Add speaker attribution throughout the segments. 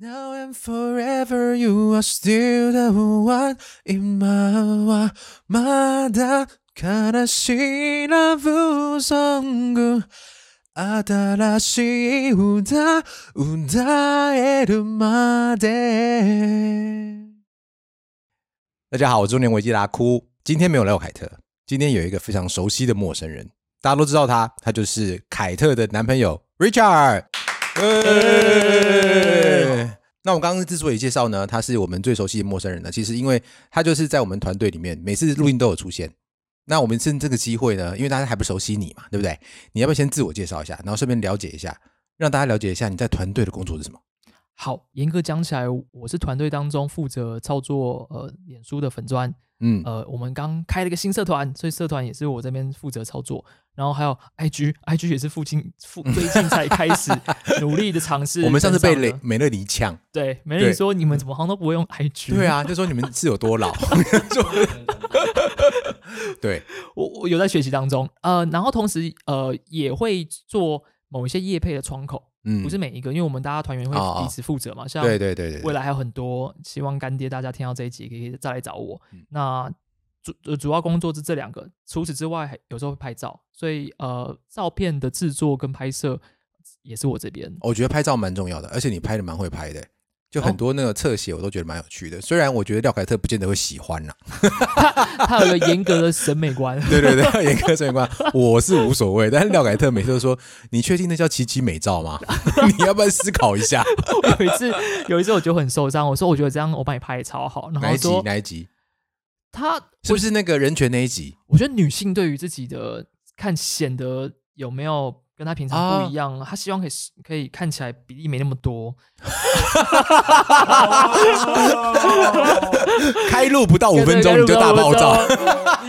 Speaker 1: Now and forever, you are still the one in my heart. まだ悲しいラブソング。新しい歌、歌えるまで。大家好，我是中年危机达哭。今天没有来有凯特，今天有一个非常熟悉的陌生人，大家都知道他，他就是凯特的男朋友 Richard。哎那我刚刚之所以介绍呢，他是我们最熟悉的陌生人呢，其实因为他就是在我们团队里面，每次录音都有出现。那我们趁这个机会呢，因为大家还不熟悉你嘛，对不对？你要不要先自我介绍一下，然后顺便了解一下，让大家了解一下你在团队的工作是什么？
Speaker 2: 好，严格讲起来，我是团队当中负责操作呃脸书的粉砖，
Speaker 1: 嗯，
Speaker 2: 呃，我们刚开了一个新社团，所以社团也是我这边负责操作，然后还有 IG，IG 也是附近附最近才开 始努力的尝试跟上的。
Speaker 1: 我们上次被雷美乐迪呛，
Speaker 2: 对没
Speaker 1: 对
Speaker 2: 人说你们怎么好像都不会用 IG？
Speaker 1: 对，啊，就 说你们是有多老， 就对，
Speaker 2: 我我有在学习当中，呃，然后同时呃也会做某一些业配的窗口，
Speaker 1: 嗯，
Speaker 2: 不是每一个，因为我们大家团员
Speaker 1: 哦哦
Speaker 2: 会彼此负责嘛，像
Speaker 1: 对，对对对
Speaker 2: 未
Speaker 1: 对，
Speaker 2: 来还有很多，希望干爹大家听到这一集可以再来找我。
Speaker 1: 嗯
Speaker 2: 那主呃主要工作是这两个，除此之外还有时候会拍照，所以呃照片的制作跟拍摄也是我这 边。
Speaker 1: 我觉得拍照蛮重要的，而且你拍的蛮会拍的。就很多那个侧写，我都觉得蛮有趣的。虽然我觉得廖凯特不见得会喜欢啦，
Speaker 2: 他有一个严格的审美观，
Speaker 1: 对对对，严格审美观我是无所谓，但是廖凯特每次都说：“你确定那叫奇奇美照吗？ 你要不要思考一 下
Speaker 2: 有一次有 一次我就很受伤，我说我觉得这样我帮你拍得超好，然
Speaker 1: 哪
Speaker 2: 后
Speaker 1: 一集
Speaker 2: 说
Speaker 1: 哪一集？
Speaker 2: 他
Speaker 1: 是不是那个人权那一集？
Speaker 2: 我觉得女性对于自己的看显得有没有跟她平常不
Speaker 1: 啊
Speaker 2: 一样，她希望可以可以看起来比例没那么多，
Speaker 1: 开录不到五分钟你就大爆炸。
Speaker 2: 第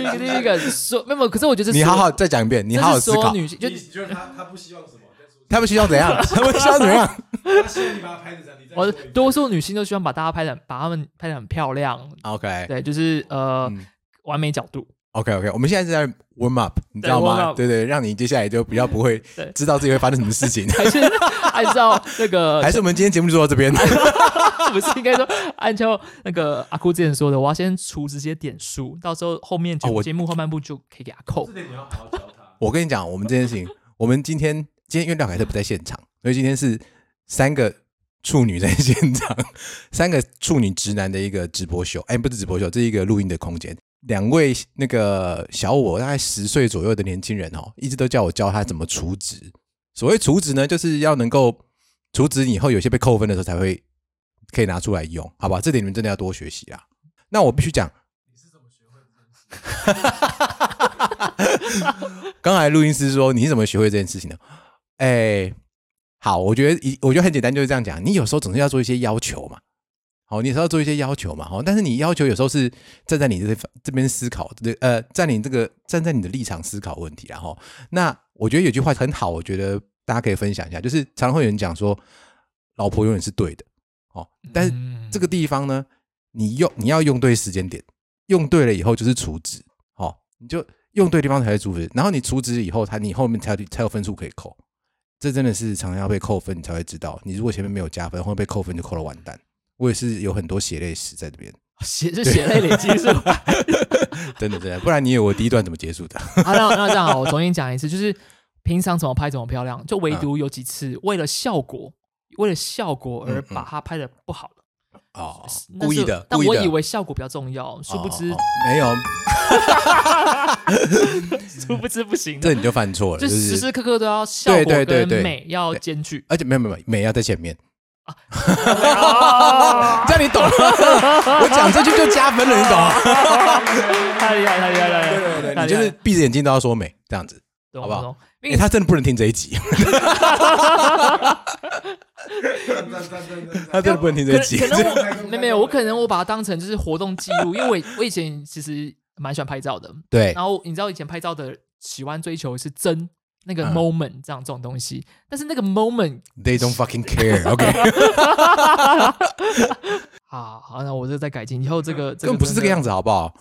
Speaker 2: 一个第一个说没有，可是我觉得
Speaker 1: 你好好再讲一遍，你
Speaker 2: 你
Speaker 1: 好好思考。
Speaker 2: 女性就
Speaker 3: 就是他他不希望什么，但是
Speaker 1: 他们需要怎样？ 他们需要怎样？
Speaker 3: 他希望你把他拍成这样，你再
Speaker 2: 我
Speaker 3: 说一遍
Speaker 2: 多数女性都希望把大家拍的把她们拍的很漂亮，
Speaker 1: OK
Speaker 2: 对，就是呃、
Speaker 1: 嗯
Speaker 2: 完美角度，
Speaker 1: OK OK，我们现在是在 warm up，你知道
Speaker 2: 对，warm
Speaker 1: 吗？
Speaker 2: up
Speaker 1: 对对，让你接下来就比较不会
Speaker 2: 对
Speaker 1: 知道自己会发生什么事情。
Speaker 2: 还是 按照那 个
Speaker 1: 还是我们今天节目就到这边。
Speaker 2: 不是应该说按照那个阿酷之前说的，我要先除这些点数，到时候后面节
Speaker 1: 哦我
Speaker 2: 节目后半部就可以给他扣
Speaker 3: 这。点你要好好教他。
Speaker 1: 我跟你讲，我们这件事情，我们今天今天因为廖凯特不在现场，所以今天是三个处女在现场，三个处女直男的一个直播秀，哎，不是直播秀，这是一个录音的空间。两位那个小我大概十岁左右的年轻人哦，一直都叫我教他怎么除职。所谓除职呢，就是要能够除职以后，有些被扣分的时候才会可以拿出来用，好吧？这点你们真的要多学习啦。那我必须讲， 刚才录音师说你是怎么学会这件事情的？哎、好，我觉得一我觉得很简单，就是这样讲。你有时候总是要做一些要求嘛，好，你有时候要做一些要求嘛，好，但是你要求有时候是站在你这这边思考，对，呃，站你这个站在你的立场思考问题啦，然后那我觉得有句话很好，我觉得大家可以分享一下，就是常会有人讲说，老婆永远是对的，哦，但是
Speaker 2: 嗯
Speaker 1: 这个地方呢，你用你要用对时间点，用对了以后就是除值，哦，你就用对地方才是除值，然后你除值以后，它你后面才有才有分数可以扣。这真的是常常要被扣分，你才会知道。你如果前面没有加分，后面被扣分就扣了完蛋。我也是有很多血泪史在这边，
Speaker 2: 血是血泪累积 是吧？
Speaker 1: 真的真的，不然你以为我第一段怎么结束的？
Speaker 2: 好，那那这样好，我重新讲一次，就是平常怎么拍怎么漂亮，就唯
Speaker 1: 嗯
Speaker 2: 独有几次为了效果，为了效果而把它拍的不好了，
Speaker 1: 哦，
Speaker 2: 那是
Speaker 1: 故意的，
Speaker 2: 但
Speaker 1: 故意
Speaker 2: 我
Speaker 1: 的。
Speaker 2: 以为效果比较重要，殊不知
Speaker 1: 哦哦哦没有，
Speaker 2: 殊不知不行的，
Speaker 1: 这你就犯 错了，
Speaker 2: 就
Speaker 1: 就是
Speaker 2: 时时刻刻都要效
Speaker 1: 对
Speaker 2: 果
Speaker 1: 对对
Speaker 2: 跟
Speaker 1: 对
Speaker 2: 美要兼 具。
Speaker 1: 而且没有没有没有美要在前面，
Speaker 2: 啊
Speaker 1: 这样你懂吗？我讲这句就加分了，你懂吗？
Speaker 2: 太厉害，太厉害，太厉害！
Speaker 1: 对对对，
Speaker 2: 太
Speaker 1: 你
Speaker 2: 厉
Speaker 1: 就
Speaker 2: 害
Speaker 1: 是闭着眼睛都要说美这样子。
Speaker 2: 懂
Speaker 1: 好不好
Speaker 2: 懂？因
Speaker 1: 哎、
Speaker 2: 为
Speaker 1: 他真的不能听这一集，
Speaker 3: 赞赞赞赞赞
Speaker 1: 他真的不能听这一集。
Speaker 2: 可能可能我
Speaker 3: 这
Speaker 2: 没没有，我可能我把它当成就是活动记录，因为我我以前其实蛮喜欢拍照的，
Speaker 1: 对，
Speaker 2: 然后你知道以前拍照的喜欢追求是真那个
Speaker 1: 嗯
Speaker 2: moment 这样这种东西，但是那个 moment
Speaker 1: They don't fucking care。OK，
Speaker 2: 啊，好，那我这个再改进，以后这个这
Speaker 1: 根本不是这个
Speaker 2: 子，
Speaker 1: 样子，好不好？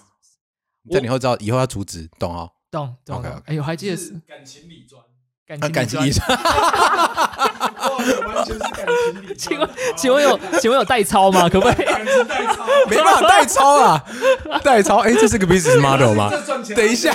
Speaker 2: 我
Speaker 1: 这样你以后知道，以后要阻止，懂哦？
Speaker 2: 懂懂
Speaker 1: OK，OK
Speaker 2: 懂？哎，我还记得
Speaker 3: 是感情理专，
Speaker 2: 感
Speaker 1: 啊，
Speaker 2: 情
Speaker 1: 感情遗
Speaker 2: 遗
Speaker 1: 产，
Speaker 3: 哇完全是感情里。
Speaker 2: 请问请问有请问有代抄吗？可不可以？
Speaker 3: 感情代操？
Speaker 1: 没办法代抄啊，代抄，哎，这是个 business model 吗？
Speaker 3: 这赚钱
Speaker 1: 等一下，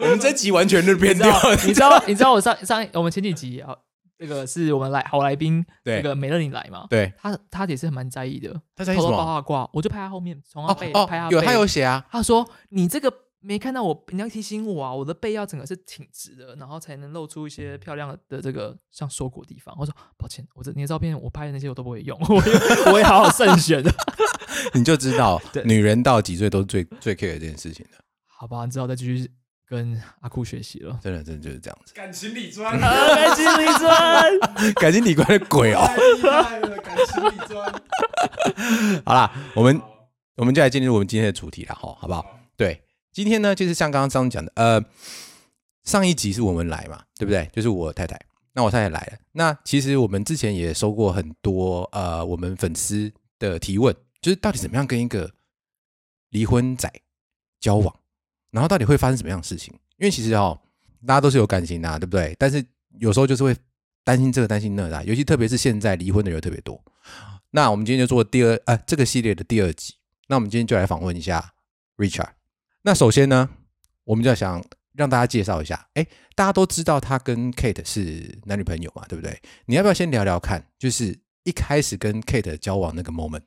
Speaker 1: 我们这集完全就变
Speaker 2: 你知
Speaker 1: 掉
Speaker 2: 道
Speaker 1: 了，
Speaker 2: 你知 道你知道我上上我们前几集啊，那个是我们来好来宾
Speaker 1: 对
Speaker 2: 那个美乐你来嘛，
Speaker 1: 对，
Speaker 2: 他他也是蛮在意的，
Speaker 1: 他在
Speaker 2: 偷
Speaker 1: 意什
Speaker 2: 偷八
Speaker 1: 么？
Speaker 2: 卦卦，我就拍他后面，从他
Speaker 1: 哦
Speaker 2: 背拍
Speaker 1: 哦
Speaker 2: 他，
Speaker 1: 有
Speaker 2: 背
Speaker 1: 他有写啊，
Speaker 2: 他说：“你这个没看到我，你要提醒我啊，我的背要整个是挺直的，然后才能露出一些漂亮的这个像锁骨地方。”我说：“抱歉，我这你的照片我拍的那些我都不会 用，我也我也好好慎选 的，
Speaker 1: 你就知道
Speaker 2: 对
Speaker 1: 女人到几岁都最最 care 这件事情的，
Speaker 2: 好吧？只好再继续跟阿酷学习 了。
Speaker 1: 真的真的就是这样子。
Speaker 3: 感情里专，
Speaker 2: 啊”感谢李尊，
Speaker 1: 感情你关的鬼哦！
Speaker 3: 太厉害了，感情里专。
Speaker 1: 好啦，我们我们就来进入我们今天的主题了，哈，好不好？对，今天呢，就是像刚刚张讲的，呃，上一集是我们来嘛，对不对？就是我太太，那我太太来了。那其实我们之前也收过很多呃，我们粉丝的提问，就是到底怎么样跟一个离婚仔交往，然后到底会发生什么样的事情？因为其实哦，大家都是有感情的、啊，对不对？但是有时候就是会担心这个担心那的啊、尤其特别是现在离婚的人特别多。那我们今天就做第二呃这个系列的第二集。那我们今天就来访问一下 Richard。那首先呢，我们就要想让大家介绍一下，哎，大家都知道他跟 Kate 是男女朋友嘛，对不对？你要不要先聊聊看，就是一开始跟 Kate 交往那个 moment，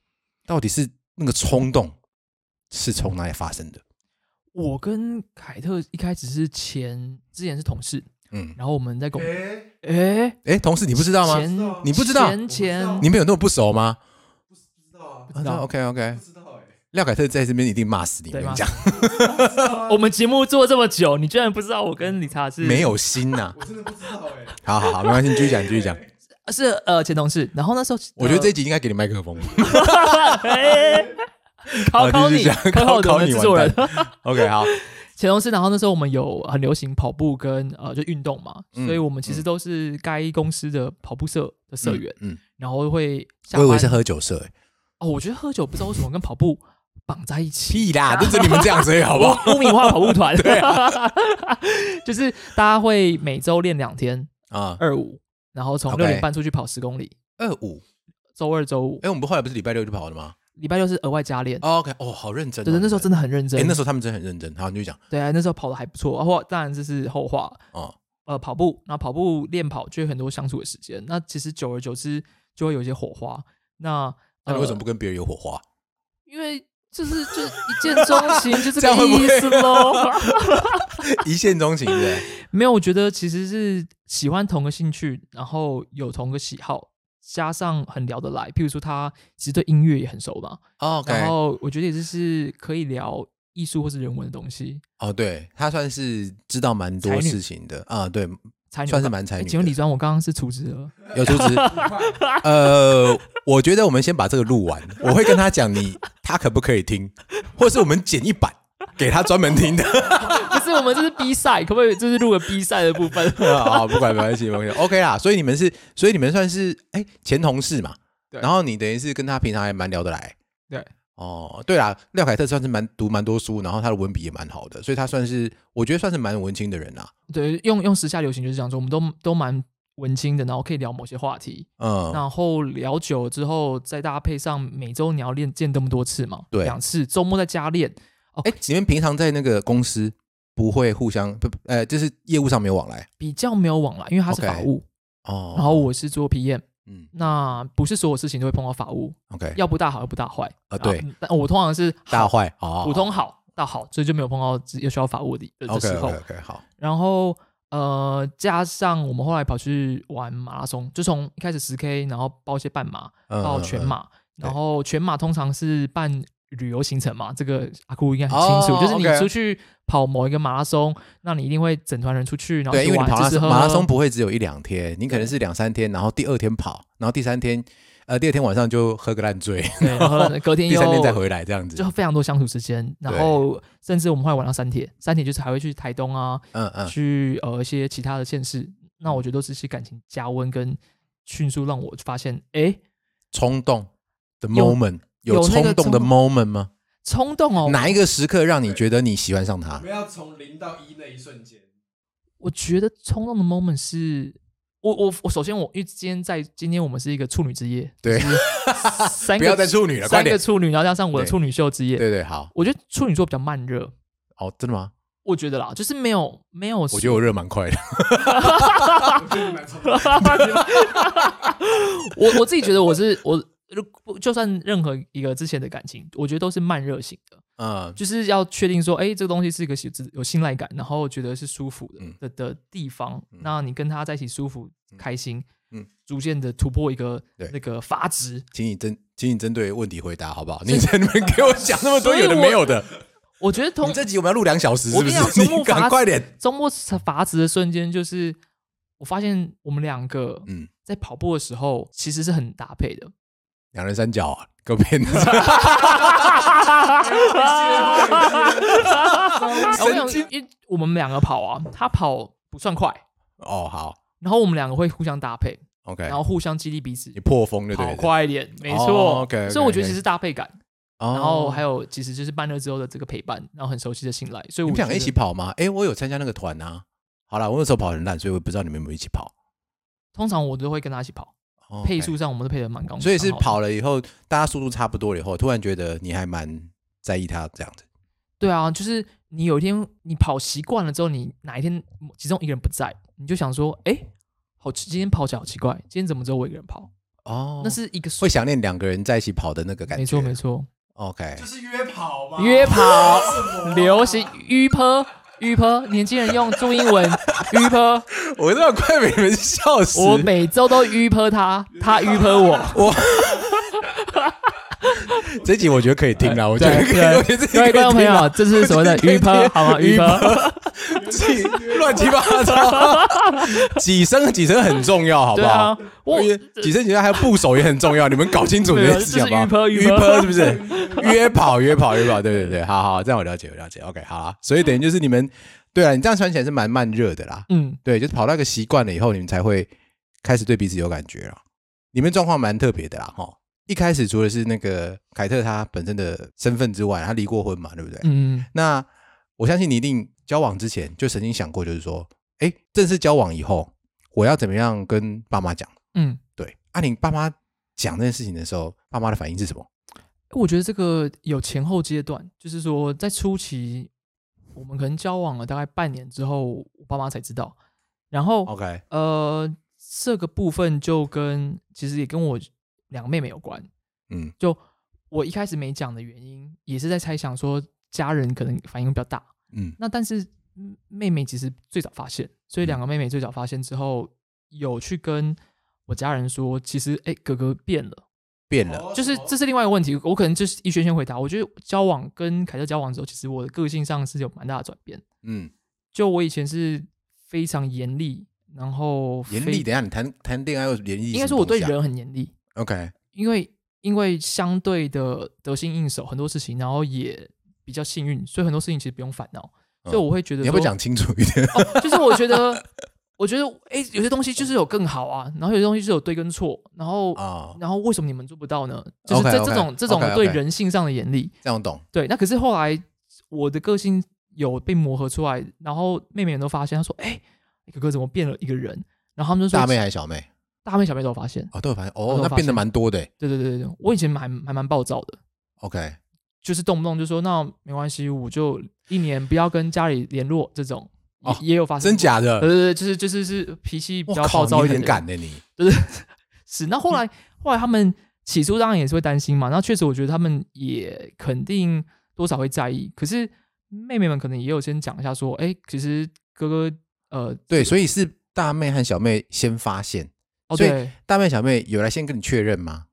Speaker 1: 到底是那个冲动是从哪里发生的？
Speaker 2: 我跟凯特一开始是前之前是同事，
Speaker 1: 嗯，
Speaker 2: 然后我们在公哎、
Speaker 3: 哎，
Speaker 1: 哎，同事你不知道吗？
Speaker 2: 前
Speaker 1: 你不知道
Speaker 2: 前前
Speaker 1: 你们有那么不熟吗？
Speaker 3: 不知道啊，
Speaker 2: 不知道
Speaker 1: OK OK，
Speaker 3: 不知道哎，
Speaker 1: 廖凯特在这边一定骂死你，我跟
Speaker 2: 对
Speaker 1: 你
Speaker 2: 骂
Speaker 1: 讲，
Speaker 3: 不知道啊
Speaker 2: 我们节目做这么久，你居然不知道我跟理查是
Speaker 1: 呃没有心呐、
Speaker 3: 我真的不知道哎。
Speaker 1: 好好好，没关系，你继续讲，你继续 讲。
Speaker 2: 是呃前同事，然后那时候
Speaker 1: 我觉得这啊
Speaker 2: 呃
Speaker 1: 一集应该给你麦克风。
Speaker 2: 哎考考
Speaker 1: 继
Speaker 2: 你
Speaker 1: 续 讲，
Speaker 2: 考
Speaker 1: 考
Speaker 2: 我们的制作人。
Speaker 1: 完蛋 OK，好，
Speaker 2: 前同事，然后那时候我们有很流行跑步跟呃就运动嘛，
Speaker 1: 嗯
Speaker 2: 所以我们其实都是该公司的跑步社的社员，
Speaker 1: 嗯，嗯，
Speaker 2: 然后会下
Speaker 1: 我以为是
Speaker 2: 班。
Speaker 1: 喝酒社，欸
Speaker 2: 哦，我觉得喝酒不知道为什么跟跑步绑在一起，
Speaker 1: 屁啦，这是你们这样子而已，好 不好？啊
Speaker 2: 污名化跑 步团。对、 就是大家会每周练两天
Speaker 1: 啊，
Speaker 2: 二五，然后从
Speaker 1: OK
Speaker 2: 六点半出去跑十公里，
Speaker 1: 二五，
Speaker 2: 周二周五，
Speaker 1: 哎，我们不后来不是礼拜六就跑了吗
Speaker 2: 礼拜六是额外加练。
Speaker 1: 哦？OK，哦，好认真哦，
Speaker 2: 对对，那时候真的很认
Speaker 1: 哎，
Speaker 2: 真。
Speaker 1: 那时候他们真的很认真。好，你就讲
Speaker 2: 对啊，那时候跑的还不错。然后当然这是后话，
Speaker 1: 哦，
Speaker 2: 呃跑步，那跑步练跑就有很多相处的时间，那其实久而久之就会有一些火花。那
Speaker 1: 那
Speaker 2: 呃，
Speaker 1: 你为什么不跟别人有火花？
Speaker 2: 因为就是就一见钟情，就这
Speaker 1: 这样
Speaker 2: 个
Speaker 1: 会不会
Speaker 2: 意思喽。
Speaker 1: 一见钟情的，
Speaker 2: 没有，我觉得其实是喜欢同个兴趣，然后有同个喜好，加上很聊得来。譬如说他其实对音乐也很熟嘛，
Speaker 1: 哦，OK，
Speaker 2: 然后我觉得也就是可以聊艺术或是人文的东西。
Speaker 1: 哦，对他算是知道蛮多
Speaker 2: 才女
Speaker 1: 事情的啊，对，
Speaker 2: 才女
Speaker 1: 算是
Speaker 2: 吧
Speaker 1: 蛮才
Speaker 2: 哎
Speaker 1: 女
Speaker 2: 请问
Speaker 1: 的
Speaker 2: 李专，我刚刚是出职了？
Speaker 1: 有出资。
Speaker 3: 快
Speaker 1: 呃，我觉得我们先把这个录完，我会跟他讲你他可不可以听，或是我们剪一版给他专门听的。
Speaker 2: 不是，我们这是 B 赛，可不可以就是录个 B 赛的部 分？
Speaker 1: 啊，不管没关系，没关系，OK 啦。所以你们是，所以你们算是哎、前同事嘛，
Speaker 2: 对
Speaker 1: 然后你等于是跟他平常还蛮聊得来。
Speaker 2: 对，
Speaker 1: 哦，对啦，廖凯特算是蛮读蛮多书，然后他的文笔也蛮好的，所以他算是我觉得算是蛮文青的人啊啦。
Speaker 2: 对，用用时下流行就是这样说，我们都都蛮文青的，然后可以聊某些话题，
Speaker 1: 嗯，
Speaker 2: 然后聊久了之后，再搭配上每周你要练见这么多次嘛，
Speaker 1: 对
Speaker 2: 两次，周末再加练。
Speaker 1: 哎、你们平常在那个公司不会互相不呃，就是业务上没有往来
Speaker 2: 比较没有往来，因为他是
Speaker 1: OK
Speaker 2: 法务
Speaker 1: 哦。
Speaker 2: 然后我是做 PM，
Speaker 1: 嗯
Speaker 2: 那不是所有事情都会碰到法务，
Speaker 1: ，OK
Speaker 2: 要不大好，要不大坏
Speaker 1: 啊对，
Speaker 2: 然后但我通常是
Speaker 1: 大
Speaker 2: 好
Speaker 1: 坏哦，
Speaker 2: 普通好到好，所以就没有碰到只有需要法务的的
Speaker 1: OK
Speaker 2: 时候。
Speaker 1: OK OK 好
Speaker 2: 然后呃，加上我们后来跑去玩马拉松，就从一开始十 K，然后包一些半马，
Speaker 1: 嗯
Speaker 2: 到
Speaker 1: 嗯
Speaker 2: 全
Speaker 1: 嗯
Speaker 2: 马，
Speaker 1: 对
Speaker 2: 然后全马通常是办旅游行程嘛，这个阿酷应该很
Speaker 1: 哦
Speaker 2: 清楚，就是你
Speaker 1: OK
Speaker 2: 出去跑某一个马拉松，那你一定会整团人出去，然后
Speaker 1: 对，因
Speaker 2: 去
Speaker 1: 为你
Speaker 2: 玩
Speaker 1: 跑
Speaker 2: 吃
Speaker 1: 马
Speaker 2: 吃
Speaker 1: 拉
Speaker 2: 喝
Speaker 1: 松
Speaker 2: 喝
Speaker 1: 马拉松不会只有一两天，你可能是两三天，然后第二天跑，然后第三天，呃，第二天晚上就喝个烂醉，
Speaker 2: 对，然后隔
Speaker 1: 第
Speaker 2: 天又
Speaker 1: 三天再回来这样子
Speaker 2: 就。非常多相处时间，然
Speaker 1: 对
Speaker 2: 后甚至我们会玩到三铁，三铁就是还会去台东啊，
Speaker 1: 嗯嗯，
Speaker 2: 去呃一些其他的县市，那我觉得都是一些感情加温跟迅速让我发现，哎，
Speaker 1: 冲动的
Speaker 2: 有
Speaker 1: moment 有
Speaker 2: 有那
Speaker 1: 冲
Speaker 2: 个
Speaker 1: 动的
Speaker 2: 冲动
Speaker 1: moment 吗？
Speaker 2: 冲动哦，
Speaker 1: 哪一个时刻让你觉得你喜欢上
Speaker 3: 我
Speaker 1: 他？
Speaker 3: 们要从零到一那一瞬间，
Speaker 2: 我觉得冲动的 moment 是我我我首先我因为今天在今天我们是一个处女之夜，
Speaker 1: 对
Speaker 2: 就是三
Speaker 1: 不
Speaker 2: 个
Speaker 1: 要再处女了，快
Speaker 2: 三个
Speaker 1: 点。
Speaker 2: 处女，然后加上我的
Speaker 1: 对
Speaker 2: 处女秀之夜，
Speaker 1: 对对，好，
Speaker 2: 我觉得处女座比较慢热，
Speaker 1: 哦，真的吗？
Speaker 2: 我觉得啦，就是没有没有，我
Speaker 1: 我觉得我热蛮快的，
Speaker 3: 我觉得你蛮聪明的
Speaker 2: 我我自己觉得我是我，如不就算任何一个之前的感情，我觉得都是慢热型的，
Speaker 1: 嗯，
Speaker 2: 就是要确定说，哎、这个东西是一个有信赖感，然后觉得是舒服的、
Speaker 1: 嗯
Speaker 2: 的的地方，
Speaker 1: 嗯
Speaker 2: 那你跟他在一起舒服、开心，
Speaker 1: 嗯
Speaker 2: 逐渐的突破一个
Speaker 1: 对
Speaker 2: 那个阀值。
Speaker 1: 请你针，请你针对问题回答好不好？你在那边给我讲那么多
Speaker 2: 所以
Speaker 1: 有的
Speaker 2: 我
Speaker 1: 没有的，
Speaker 2: 我觉得通
Speaker 1: 你这集我们要录两小时是
Speaker 2: 我
Speaker 1: 不
Speaker 2: 跟
Speaker 1: 是？
Speaker 2: 你讲周
Speaker 1: 你
Speaker 2: 末罚
Speaker 1: 赶快 点，
Speaker 2: 中末阀值的瞬间，就是我发现我们两个
Speaker 1: 嗯
Speaker 2: 在跑步的时候其实是很搭配的。
Speaker 1: 两人三角啊，各边
Speaker 2: 我想，因为我们两个跑啊，他跑不算快，
Speaker 1: 哦，好
Speaker 2: 然后我们两个会互相搭配，
Speaker 1: ，OK，
Speaker 2: 然后互相激励彼此
Speaker 1: 你，破风就对
Speaker 2: 跑
Speaker 1: 了，
Speaker 2: 快一点，没
Speaker 1: 哦
Speaker 2: 错。
Speaker 1: ，OK，OK，
Speaker 2: 所以我觉得
Speaker 1: OK
Speaker 2: 其实是搭配感，
Speaker 1: 哦
Speaker 2: 然后还有其实就是慢热之后的这个陪伴，然后很熟悉的信赖，所以
Speaker 1: 你
Speaker 2: 我
Speaker 1: 们
Speaker 2: 们
Speaker 1: 想一起，跑吗？哎，我有参加那个团啊。好啦，我那时候跑很烂，所以我不知道你们有没有一起跑。
Speaker 2: 通常我都会跟他一起跑，
Speaker 1: 哦
Speaker 2: 配
Speaker 1: OK
Speaker 2: 速上我们都配的蛮高，
Speaker 1: 所以是
Speaker 2: 蛮好的
Speaker 1: 跑了以后，大家速度差不多了以后，突然觉得你还蛮在意他这样子。
Speaker 2: 对啊，就是你有一天你跑习惯了之后，你哪一天其中一个人不在，你就想说，哎，好奇，今天跑起来好奇怪，今天怎么只有我一个人跑？
Speaker 1: 哦
Speaker 2: 那是一个
Speaker 1: 会想念两个人在一起跑的那个感觉。
Speaker 2: 没错没
Speaker 1: 错。
Speaker 2: 错，
Speaker 1: OK，
Speaker 3: 就是约跑嘛，
Speaker 2: 约跑
Speaker 3: 什么啊
Speaker 2: 流行 u p e u p e 年轻人用注英文 u p e
Speaker 1: 我都要快被你们笑死。
Speaker 2: 我每周都 u p e 他，他 u p e 我，
Speaker 1: 这集我觉得可以听啦，我觉得可
Speaker 2: 对
Speaker 1: 以，我觉
Speaker 2: 呃对
Speaker 1: 得，
Speaker 2: 各位观众朋友，这是所谓的 u p e 好吗 u p e
Speaker 1: 自己乱七八糟， 几声几声很重要，好不
Speaker 2: 对
Speaker 1: 好？
Speaker 2: 啊，我
Speaker 1: 因为几声几声还有部首也很重 要，你们搞清楚这
Speaker 2: 对啊
Speaker 1: 件事情好不好？
Speaker 2: 这是
Speaker 1: 约
Speaker 2: 预
Speaker 1: 跑
Speaker 2: 科
Speaker 1: 是不是？ 约跑约跑约跑，对对对，好好，这样我了解我了解，OK，好啦。所以等于就是你们，对啊，你这样穿起来是蛮慢热的啦，
Speaker 2: 嗯，
Speaker 1: 对，就是跑到一个习惯了以后，你们才会开始对彼此有感觉了。你们状况蛮特别的啦，哈。一开始除了是那个凯特他本身的身份之外，他离过婚嘛，对不对？
Speaker 2: 嗯嗯，
Speaker 1: 那我相信你一定交往之前就曾经想过，就是说，哎，正式交往以后，我要怎么样跟爸妈讲？
Speaker 2: 嗯，
Speaker 1: 对，啊，你爸妈讲这件事情的时候，爸妈的反应是什么？
Speaker 2: 哎我觉得这个有前后阶段，就是说在初期，我们可能交往了大概半年之后，我爸妈才知道。然后
Speaker 1: OK，
Speaker 2: 呃，这个部分就跟其实也跟我两个妹妹有关。
Speaker 1: 嗯，
Speaker 2: 就我一开始没讲的原因，也是在猜想说家人可能反应会比较大。
Speaker 1: 嗯，
Speaker 2: 那但是嗯妹妹其实最早发现，所以两个妹妹最早发现之后，有去跟我家人说，其实哎、哥哥变了。
Speaker 1: 变了，
Speaker 2: 就是这是另外一个问题，我可能就是一圈圈回答。我觉得交往跟凯特交往之后，其实我的个性上是有蛮大的转变。
Speaker 1: 嗯，
Speaker 2: 就我以前是非常严厉，然后非
Speaker 1: 严厉。等一下你谈谈恋爱又严厉什么东西啊，
Speaker 2: 应该说我对人很严厉，
Speaker 1: OK，
Speaker 2: 因为因为相对的得心应手很多事情，然后也比较幸运，所以很多事情其实不用烦恼。
Speaker 1: 嗯
Speaker 2: 所以我会觉得
Speaker 1: 你要
Speaker 2: 说
Speaker 1: 不要讲清楚一点？
Speaker 2: 哦，就是我觉得，我觉得哎、有些东西就是有更好啊，然后有些东西就是有对跟错，然后、
Speaker 1: 啊，
Speaker 2: 然后为什么你们做不到呢？就是
Speaker 1: OK，
Speaker 2: 这
Speaker 1: OK，
Speaker 2: 这种这种
Speaker 1: OK，OK
Speaker 2: 对人性上的严厉。
Speaker 1: 这样懂
Speaker 2: 对，那可是后来我的个性有被磨合出来，然后妹妹们都发现，她说：“哎、哥哥怎么变了一个人？”然后他们就说：“
Speaker 1: 大妹还是小妹？
Speaker 2: 大妹、小妹都有发现。
Speaker 1: 哦，都有发现
Speaker 2: 都
Speaker 1: 哦那
Speaker 2: 有，发
Speaker 1: 变得
Speaker 2: 现
Speaker 1: 蛮多的欸。”
Speaker 2: 对对对对对，我以前还还蛮暴躁的，
Speaker 1: OK，
Speaker 2: 就是动不动就说：“那没关系，我就一年不要跟家里联络。”这种也、
Speaker 1: 哦
Speaker 2: 也有发生，
Speaker 1: 真？假
Speaker 2: 对
Speaker 1: 的？
Speaker 2: 对对，就是就是是脾气比
Speaker 1: 我
Speaker 2: 较
Speaker 1: 靠，
Speaker 2: 暴躁
Speaker 1: 你
Speaker 2: 一点
Speaker 1: 很
Speaker 2: 的
Speaker 1: 敢呢，
Speaker 2: 人。
Speaker 1: 欸嗯你
Speaker 2: 是，那后来、后来他们起初当然也是会担心嘛，那确实我觉得他们也肯定多少会在意，可是妹妹们可能也有先讲一下说，哎、其实哥哥呃，
Speaker 1: 对，所以是大妹和小妹先发现，
Speaker 2: 哦
Speaker 1: 所以
Speaker 2: 对，
Speaker 1: 大妹小妹有来先跟你确认吗？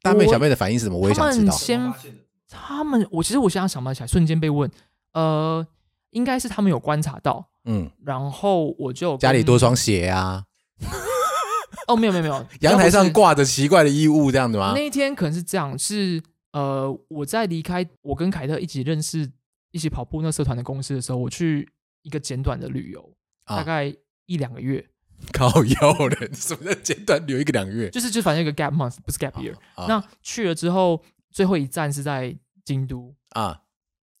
Speaker 1: 大妹
Speaker 2: 我
Speaker 1: 小妹的反应是什么？我也
Speaker 2: 他
Speaker 1: 想知
Speaker 2: 们
Speaker 1: 道。
Speaker 2: 先
Speaker 3: 发现的
Speaker 2: 他们，我其实我现在想不起来，瞬间被问，呃，应该是他们有观察到，
Speaker 1: 嗯，
Speaker 2: 然后我就
Speaker 1: 家里
Speaker 2: 跟
Speaker 1: 多双鞋啊，
Speaker 2: 哦，没有没有没有，
Speaker 1: 阳台
Speaker 2: 要
Speaker 1: 上
Speaker 2: 不是
Speaker 1: 挂着奇怪的衣物这样的吗
Speaker 2: 那？一天可能是这样，是呃，我在离开我跟凯特一起认识、一起跑步那社团的公司的时候，我去一个简短的旅游，
Speaker 1: 啊
Speaker 2: 大概一两个月，
Speaker 1: 靠腰的，什么叫简短留一个两个月？
Speaker 2: 就是就反正有一个 gap month，不是 gap year。
Speaker 1: 啊
Speaker 2: 那去了之后，最后一站是在京都，呃
Speaker 1: 啊，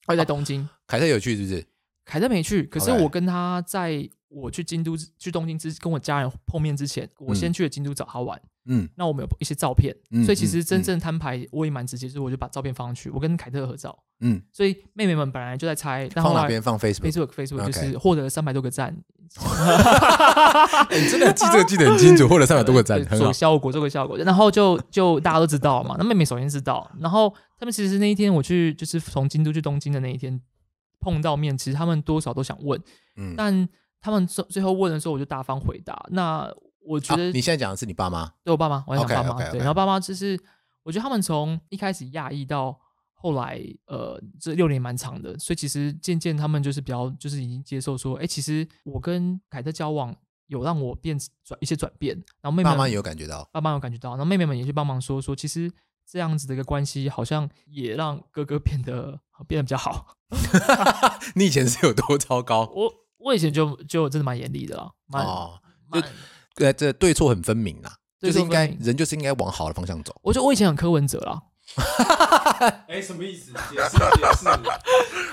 Speaker 2: 还在东京。
Speaker 1: 凯特有去是不是？
Speaker 2: 凯特没去，可是
Speaker 1: OK
Speaker 2: 我跟他在我去京都之、去东京之跟我家人碰面之前，我先去了京都找他玩。
Speaker 1: 嗯，
Speaker 2: 那我们有一些照片，
Speaker 1: 嗯
Speaker 2: 所以其实真
Speaker 1: 嗯
Speaker 2: 正摊牌我也蛮直接，就是我就把照片放上去，我跟凯特合照。
Speaker 1: 嗯，
Speaker 2: 所以妹妹们本来就在猜，但
Speaker 1: 放
Speaker 2: 后
Speaker 1: 哪
Speaker 2: 来
Speaker 1: 边？放 Facebook。
Speaker 2: Facebook Facebook
Speaker 1: OK
Speaker 2: 就是获得三百多个赞，
Speaker 1: 哎你真的记这个记得很清楚，获了三百多个赞，啊
Speaker 2: 对
Speaker 1: 很
Speaker 2: 做
Speaker 1: 好
Speaker 2: 个。效果，做个效果，然后就就大家都知道嘛。那妹妹首先知道，然后他们其实那一天我去就是从京都去东京的那一天碰到面，其实他们多少都想问，
Speaker 1: 嗯，
Speaker 2: 但他们最最后问的时候，我就大方回答。那我觉
Speaker 1: 啊
Speaker 2: 得
Speaker 1: 你现在讲的是你爸妈，
Speaker 2: 对我爸妈，我在讲爸妈
Speaker 1: OK，OK，OK
Speaker 2: 对，然后爸妈就是我觉得他们从一开始讶异到后来，呃，这六年蛮长的，所以其实渐渐他们就是比较就是已经接受说，哎，其实我跟凯特交往有让我变转一些转变，然后妹妹
Speaker 1: 爸妈也有感觉到。
Speaker 2: 爸妈有感觉到，然后妹妹们也去帮忙说说，其实这样子的一个关系好像也让哥哥变得呃变得比较好。
Speaker 1: 你以前是有多糟糕？
Speaker 2: 我我以前就就真的蛮严厉的啦，蛮、
Speaker 1: 哦，
Speaker 2: 蛮
Speaker 1: 就呃，这对错很分明啦，
Speaker 2: 对
Speaker 1: 就是
Speaker 2: 错
Speaker 1: 应该
Speaker 2: 分明
Speaker 1: 人就是应该往好的方向走。
Speaker 2: 我觉得我以前很柯文哲啦，
Speaker 3: 哎，什么意思？解释解释。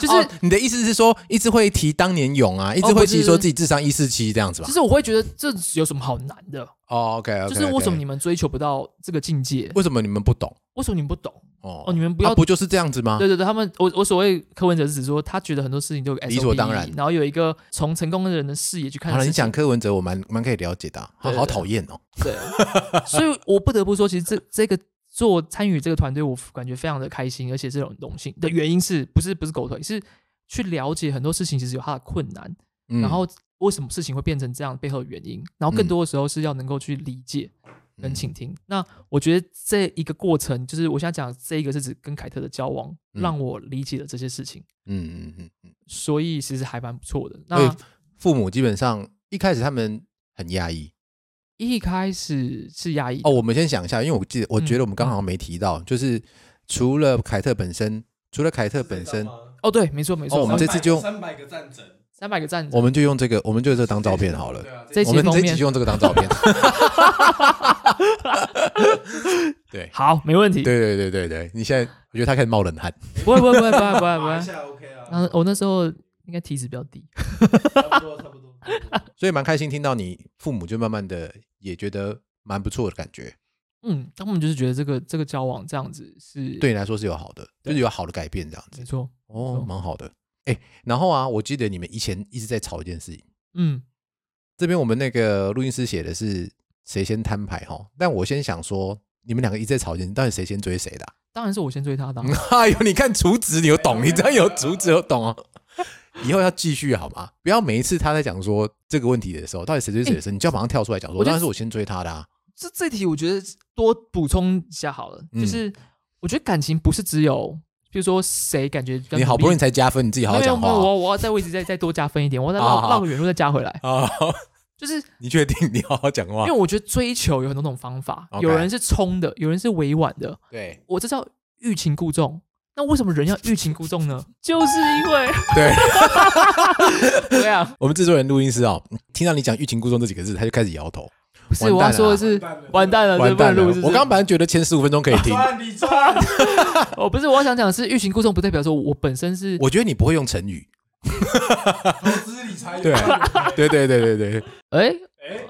Speaker 2: 就是、
Speaker 1: 哦你的意思是说，一直会提当年勇啊，一直
Speaker 2: 哦
Speaker 1: 会
Speaker 2: 不是
Speaker 1: 提说自己智商一四七这样子吧
Speaker 2: 就？是我会觉得这有什么好难的？
Speaker 1: 哦，OK，
Speaker 2: 就是为什么你们追求不到这个境界？
Speaker 1: 为什么你们不懂？
Speaker 2: 为什么你们不懂？
Speaker 1: 哦
Speaker 2: 哦，你们不
Speaker 1: 啊
Speaker 2: 要、
Speaker 1: 不就是这样子吗？
Speaker 2: 对对对，他们我我所谓柯文哲是指说，他觉得很多事情都有 SOP,
Speaker 1: 理所当然
Speaker 2: 然后有一个从成功的人的视野去看
Speaker 1: 好了，
Speaker 2: 事
Speaker 1: 你
Speaker 2: 情。
Speaker 1: 讲柯文哲，我蛮蛮可以了解的啊，他
Speaker 2: 对
Speaker 1: 好讨厌哦。
Speaker 2: 对，所以我不得不说，其实这这个做参与这个团队，我感觉非常的开心，而且是很荣幸的原因是不是不是狗腿，是去了解很多事情其实有它的困难，
Speaker 1: 嗯
Speaker 2: 然后为什么事情会变成这样背后的原因，然后更多的时候是要能够去理解。
Speaker 1: 嗯
Speaker 2: 跟倾听，那我觉得这一个过程，就是我想讲这一个是指跟凯特的交往，
Speaker 1: 嗯
Speaker 2: 让我理解了这些事情，
Speaker 1: 嗯嗯嗯，
Speaker 2: 所以其实还蛮不错的。
Speaker 1: 所以
Speaker 2: 那
Speaker 1: 父母基本上一开始他们很压抑
Speaker 2: 一开始是压抑的
Speaker 1: 哦。我们先想一下，因为我记
Speaker 2: 嗯
Speaker 1: 得，我觉得我们刚好没提到，就是除了凯特本身，除了凯特本身，
Speaker 2: 哦，对，没错没错，
Speaker 1: 哦我们这次就
Speaker 3: 三百个战争，
Speaker 2: 三百个赞，
Speaker 1: 我们就用这个，我们就用这当照片好了
Speaker 3: 对。啊，
Speaker 2: 这一
Speaker 1: 我
Speaker 2: 集
Speaker 1: 们这
Speaker 2: 封
Speaker 1: 一集
Speaker 2: 面
Speaker 1: 就用这个当照片。 对
Speaker 2: 好，没问题。
Speaker 1: 对对对对对，你现在我觉得他开始冒冷汗。
Speaker 2: 不会不会不会不会不会不
Speaker 3: 打一
Speaker 2: 会。
Speaker 3: 下 OK 啊，
Speaker 2: 然后我那时候应该体脂比较低，
Speaker 3: 差不多差不多。差不多
Speaker 1: 所以蛮开心听到你父母就慢慢的也觉得蛮不错的感觉，
Speaker 2: 嗯，他们就是觉得这个这个交往这样子是
Speaker 1: 对你来说是有好的，就
Speaker 2: 对
Speaker 1: 是有好的改变这样子
Speaker 2: 没。错，
Speaker 1: 哦
Speaker 2: 错，
Speaker 1: 蛮好的。哎，然后啊，我记得你们以前一直在吵一件事情，
Speaker 2: 嗯
Speaker 1: 这边我们那个录音师写的是谁先摊牌哈，但我先想说，你们两个一直在吵一件事，到底谁先追谁的啊、
Speaker 2: 当然是我先追他的啊、
Speaker 1: 哎呦，你看厨子，你有 懂？你这样有厨子有懂哦。以后要继续好吗？不要每一次他在讲说这个问题的时候，到底谁追谁的时候，你就要马上跳出来讲说，
Speaker 2: 我就
Speaker 1: 当然是我先追他的啊。
Speaker 2: 这这题我觉得多补充一下好了，
Speaker 1: 嗯
Speaker 2: 就是我觉得感情不是只有，比如说谁感觉比较
Speaker 1: 你好不容易
Speaker 2: 易
Speaker 1: 才加分，你自己好好
Speaker 2: 没有
Speaker 1: 讲
Speaker 2: 没
Speaker 1: 话
Speaker 2: 有，我
Speaker 1: 哦
Speaker 2: 要我要在位置再再多加分一点，我要再
Speaker 1: 好好
Speaker 2: 绕
Speaker 1: 好
Speaker 2: 绕个远路再加回来，
Speaker 1: 啊！
Speaker 2: 就是
Speaker 1: 你确定你好好讲话
Speaker 2: 因为？我觉得追求有很多种方法，
Speaker 1: OK
Speaker 2: 有人是冲的，有人是委婉的，
Speaker 1: 对
Speaker 2: 我这叫欲擒故纵。那为什么人要欲擒故纵呢？就是 因为
Speaker 1: 对，
Speaker 2: 对啊，
Speaker 1: 我们制作人录音师哦，听到你讲“欲擒故纵”这几个字，他就开始摇头。
Speaker 2: 不是
Speaker 1: 完
Speaker 2: 我
Speaker 1: 蛋
Speaker 2: 要
Speaker 1: 了啊
Speaker 2: 说的是完蛋了，
Speaker 1: 完蛋
Speaker 2: 呃这不能
Speaker 1: 了
Speaker 2: 录是！不
Speaker 1: 我
Speaker 2: 是
Speaker 1: 刚本来觉得前十五分钟可以 听，
Speaker 3: 赚你赚，
Speaker 2: 我哦不是我想讲的是欲擒故纵，不代表说我本身是
Speaker 1: 我觉得你不会用成语。
Speaker 3: 投资理财有
Speaker 1: 对
Speaker 3: 赚
Speaker 1: 对对对对对，
Speaker 2: 哎、
Speaker 3: 哎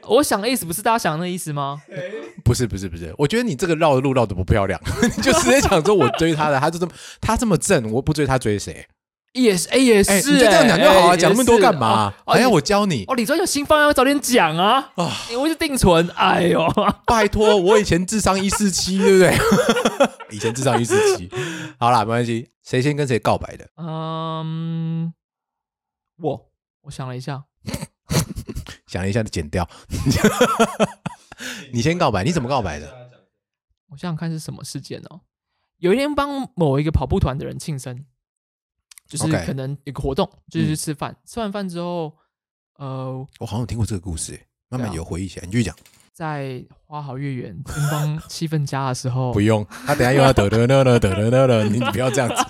Speaker 2: 我想的意思不是大家想的那意思吗？
Speaker 3: 哎，
Speaker 1: 不是不是不是，我觉得你这个绕的路绕的不漂亮， 你就直接讲说我追他的，他就这么他这么正，我不追他追谁？
Speaker 2: 也是，哎、也是、
Speaker 1: 哎，你就这样讲就好
Speaker 2: 哎
Speaker 1: 啊，讲那么多干嘛？
Speaker 2: 也
Speaker 1: 哎
Speaker 2: 是
Speaker 1: 呀，
Speaker 2: 哦哦
Speaker 1: 我教你
Speaker 2: 你，哦，李专有新方案，早点讲啊！
Speaker 1: 啊
Speaker 2: 你我一直定存，哎呦，
Speaker 1: 拜托，我以前智商一四七，对不对？ 以前智商一四七，好啦，没关系，谁先跟谁告白的？
Speaker 2: 嗯，我我想了一下，
Speaker 1: 想一下就剪掉。 你先告白，你怎么告白的？
Speaker 3: 的？
Speaker 2: 我想想看是什么事件哦。有一天帮某一个跑步团的人庆生，就是
Speaker 1: OK
Speaker 2: 可能有个活动，就是
Speaker 1: 嗯
Speaker 2: 去吃饭。吃完饭之后，呃，
Speaker 1: 我好像有听过这个故事，欸慢慢
Speaker 2: 对啊
Speaker 1: 有回忆起来。你继续讲，
Speaker 2: 在花好月圆灯光 气氛佳的时候
Speaker 1: 不，用，他等一下又要得得得得得得得，你你不要这样子。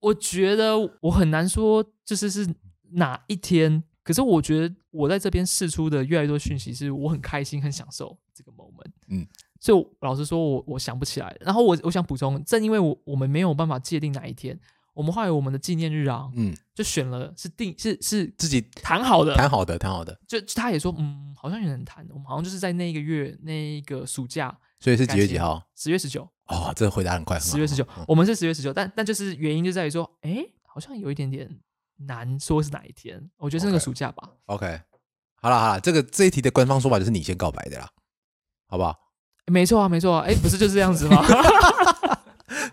Speaker 2: 我觉得我很难说就是是哪一天，可是我觉得我在这边试出的越来越多讯息，是我很开心、很享受这个 moment。
Speaker 1: 嗯，
Speaker 2: 所以我老实说我，我想不起来。然后我我想补充，正因为我我们没有办法界定哪一天，我们后来我们的纪念日啊，
Speaker 1: 嗯，
Speaker 2: 就选了是定是是
Speaker 1: 自己
Speaker 2: 谈好的，
Speaker 1: 谈好的，谈好的，
Speaker 2: 就就他也说，嗯，好像也能谈。我们好像就是在那一个月那一个暑假，
Speaker 1: 所以是
Speaker 2: 感
Speaker 1: 几月
Speaker 2: 谢
Speaker 1: 几号？
Speaker 2: 十月十九，
Speaker 1: 哦，这回答很快，很好
Speaker 2: 十月十九，
Speaker 1: 嗯
Speaker 2: 我们是十月十九，但但就是原因就在于说，哎，好像有一点点难说是哪一天，我觉得是那个
Speaker 1: OK
Speaker 2: 暑假吧。
Speaker 1: OK，好了好了，这个这一题的官方说法就是你先告白的啦，好不好？
Speaker 2: 诶没错啊，没错啊，哎，不是就是这样子吗？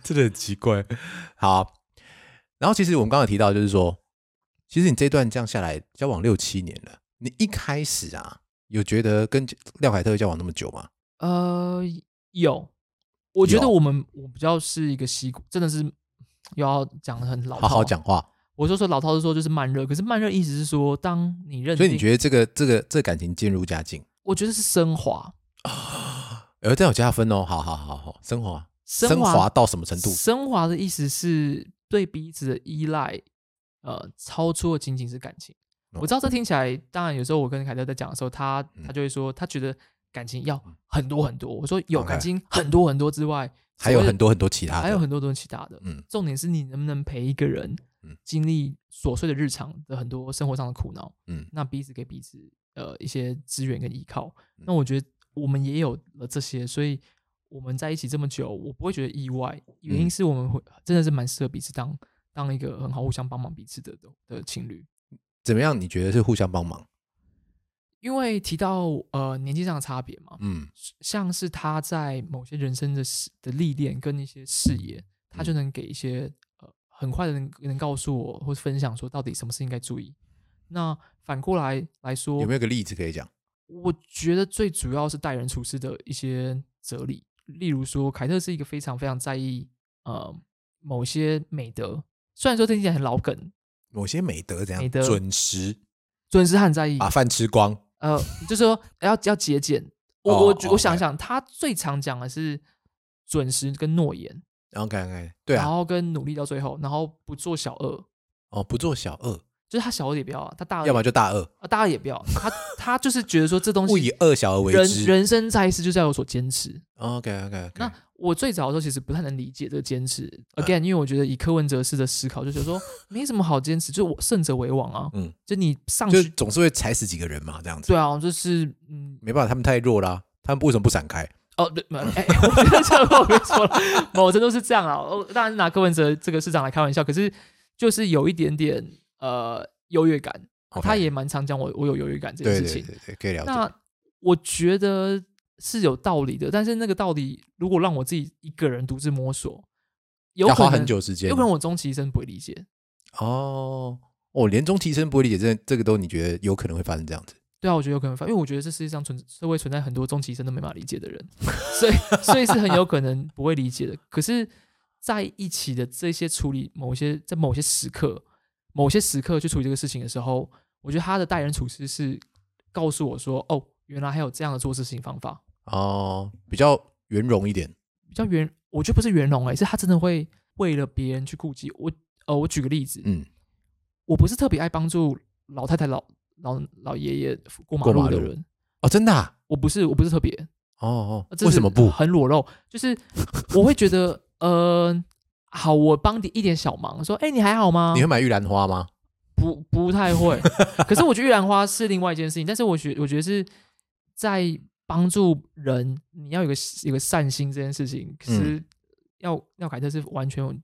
Speaker 1: 真的很奇怪。好，然后其实我们刚刚有提到，就是说，其实你这段这样下来交往六七年了，你一开始啊，有觉得跟廖凯特交往那么久吗？
Speaker 2: 呃，有，我觉得
Speaker 1: 有
Speaker 2: 我们我比较是一个习，真的是又要讲的很老，
Speaker 1: 好好。讲话。
Speaker 2: 我就说老套是说就是慢热，可是慢热意思是说，当你认定，
Speaker 1: 所以你觉得这个这个这感情渐入佳境，
Speaker 2: 我觉得是升华，
Speaker 1: 而这样有加分哦。好好好好，升华升
Speaker 2: 华
Speaker 1: 华到什么程度？
Speaker 2: 升华的意思是对彼此的依赖，呃，超出了仅仅是感情。
Speaker 1: 哦嗯
Speaker 2: 我知道这听起来，当然有时候我跟凯特在讲的时候，他他就会说，他觉得感情要很多很多。我说有
Speaker 1: OK
Speaker 2: 感情很多很多之外，
Speaker 1: 还有
Speaker 2: 所谓的
Speaker 1: 很多很多其他的，
Speaker 2: 还有很多东西其他的。
Speaker 1: 嗯
Speaker 2: 重点是你能不能陪一个人
Speaker 1: 嗯
Speaker 2: 经历琐碎的日常的很多生活上的苦恼，
Speaker 1: 嗯
Speaker 2: 那彼此给彼此呃一些资源跟依靠。
Speaker 1: 嗯
Speaker 2: 那我觉得我们也有了这些，所以我们在一起这么久，我不会觉得意外。原因
Speaker 1: 嗯
Speaker 2: 是我们会真的是蛮适合彼此当当一个很好互相帮忙彼此的的的情侣。
Speaker 1: 怎么样？你觉得是互相帮忙？
Speaker 2: 因为提到呃年纪上的差别嘛，
Speaker 1: 嗯
Speaker 2: 像是他在某些人生的事的历练跟一些视野，他
Speaker 1: 嗯
Speaker 2: 就能给一些呃很快的能能告诉我或是分享说到底什么事情该注意。那反过来来说，
Speaker 1: 有没有个例子可以讲？
Speaker 2: 我觉得最主要是待人处事的一些哲理，例如说，凯特是一个非常非常在意呃某些美德，虽然说听起来很老梗，
Speaker 1: 某些美德怎样？
Speaker 2: 美德嗯
Speaker 1: 准时
Speaker 2: 准时和在意，
Speaker 1: 把饭吃光，
Speaker 2: 呃，就是说要要节俭。我、
Speaker 1: 哦
Speaker 2: 我
Speaker 1: 哦
Speaker 2: 我想
Speaker 1: ，OK
Speaker 2: 想，他最常讲的是准时跟诺言，
Speaker 1: OK OK，对
Speaker 2: 然
Speaker 1: 啊，
Speaker 2: 后跟努力到最后，然后不做小恶，
Speaker 1: 哦，不做小恶，
Speaker 2: 就是他小恶也不要啊，他大恶
Speaker 1: 要么
Speaker 2: 也
Speaker 1: 就大恶，
Speaker 2: 啊大恶也不要，他他就是觉得说这东
Speaker 1: 勿以
Speaker 2: 西
Speaker 1: 恶小而为
Speaker 2: 人
Speaker 1: 之。
Speaker 2: 人生在世就是要有所坚持，
Speaker 1: OK OK OK，
Speaker 2: 那我最早的时候其实不太能理解这个坚持，again，、因为
Speaker 1: 嗯
Speaker 2: 我觉得以柯文哲式的思考，就觉 得说没什么好坚持，就是我胜者为王啊。
Speaker 1: 嗯
Speaker 2: 嗯，就你上
Speaker 1: 就
Speaker 2: 去，
Speaker 1: 总是会踩死几个人嘛，这样子。
Speaker 2: 对啊，就是嗯
Speaker 1: 没办法，他们太弱啦，他们为什么不闪开？
Speaker 2: 哦对，没 哎、我觉得这个我没错了，某程度是这样啊。哦，当然是拿柯文哲这个市长来开玩笑，可是就是有一点点呃优越感，
Speaker 1: OK
Speaker 2: 他也蛮常讲我我有优越感这件
Speaker 1: 对
Speaker 2: 事
Speaker 1: 对对
Speaker 2: 情。
Speaker 1: 对，对可以了解。
Speaker 2: 那我觉得是有道理的，但是那个道理如果让我自己一个人独自摸索，有
Speaker 1: 要
Speaker 2: 可
Speaker 1: 花
Speaker 2: 能
Speaker 1: 很久时间
Speaker 2: 有可能我终其一生不会理解。
Speaker 1: 哦哦，连中提升不会理解，这这个都你觉得有可能会发生这样子？
Speaker 2: 对啊，我觉得有可能发，因为我觉得这世界上存社会存在很多终其一生都没办法理解的人， 所以所以是很有可能不会理解的。可是在一起的这些处理某些在某些时刻、某些时刻去处理这个事情的时候，我觉得他的待人处事是告诉我说，哦，原来还有这样的做事情方法，
Speaker 1: 哦，比较圆融一点。
Speaker 2: 比较圆，我觉得不是圆融哎、是他真的会为了别人去顾及我。呃，我举个例子，
Speaker 1: 嗯，
Speaker 2: 我不是特别爱帮助老太太、老老老爷爷过马
Speaker 1: 过
Speaker 2: 路
Speaker 1: 马
Speaker 2: 的
Speaker 1: 路
Speaker 2: 人，
Speaker 1: 哦，真的啊、
Speaker 2: 我不是，我不是特别，
Speaker 1: 哦哦
Speaker 2: 呃，这
Speaker 1: 为
Speaker 2: 是
Speaker 1: 什么不？
Speaker 2: 很裸露？就是我会觉得，呃，好，我帮你一点小忙，说，哎、你还好吗
Speaker 1: 你？会买玉兰花吗？
Speaker 2: 不，不太会。可是我觉得玉兰花是另外一件事情，但是我觉我觉得是在帮助人，你要有个有个善心这件事情，其实
Speaker 1: 嗯
Speaker 2: 要要凯特是完全有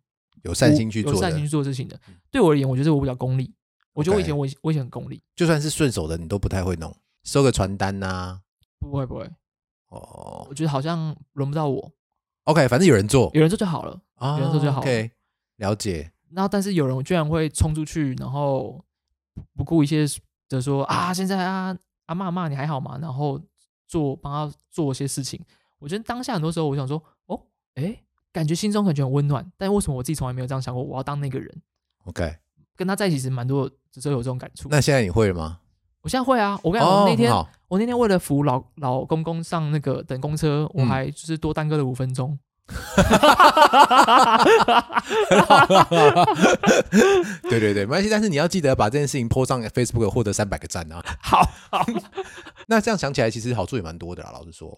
Speaker 1: 有善心去
Speaker 2: 有
Speaker 1: 做
Speaker 2: 善
Speaker 1: 的嗯
Speaker 2: 心，去做事情的。对我而言，我觉得我比较功利。我觉得我以
Speaker 1: OK
Speaker 2: 前我以我以前很功利，
Speaker 1: 就算是顺手的，你都不太会弄，收个传单呐、
Speaker 2: 不会不会，
Speaker 1: 哦
Speaker 2: 我觉得好像轮不到我，
Speaker 1: ，OK，反正有人做，
Speaker 2: 有人做就好了。
Speaker 1: 啊
Speaker 2: 人做就好了
Speaker 1: OK，了解。
Speaker 2: 然后但是有人居然会冲出去，然后不不顾一切的说啊，现在啊阿妈骂你还好吗？然后做帮他做些事情。我觉得当下很多时候，我想说，哦，哎，感觉心中感觉很温暖，但为什么我自己从来没有这样想过？我要当那个人，
Speaker 1: OK，
Speaker 2: 跟他在一起其实蛮多只是有这种感触。
Speaker 1: 那现在你会了吗？
Speaker 2: 我现在会啊，我跟你讲，
Speaker 1: 哦，
Speaker 2: 我那天
Speaker 1: 很好
Speaker 2: 我那天为了扶老老公公上那个等公车，我
Speaker 1: 嗯
Speaker 2: 还就是多耽搁了五分钟。
Speaker 1: 对对对，没关系。但是你要记得把这件事情 po 上 Facebook，获得三百个赞啊。
Speaker 2: 好好，
Speaker 1: 那这样想起来，其实好处也蛮多的啦。老实说，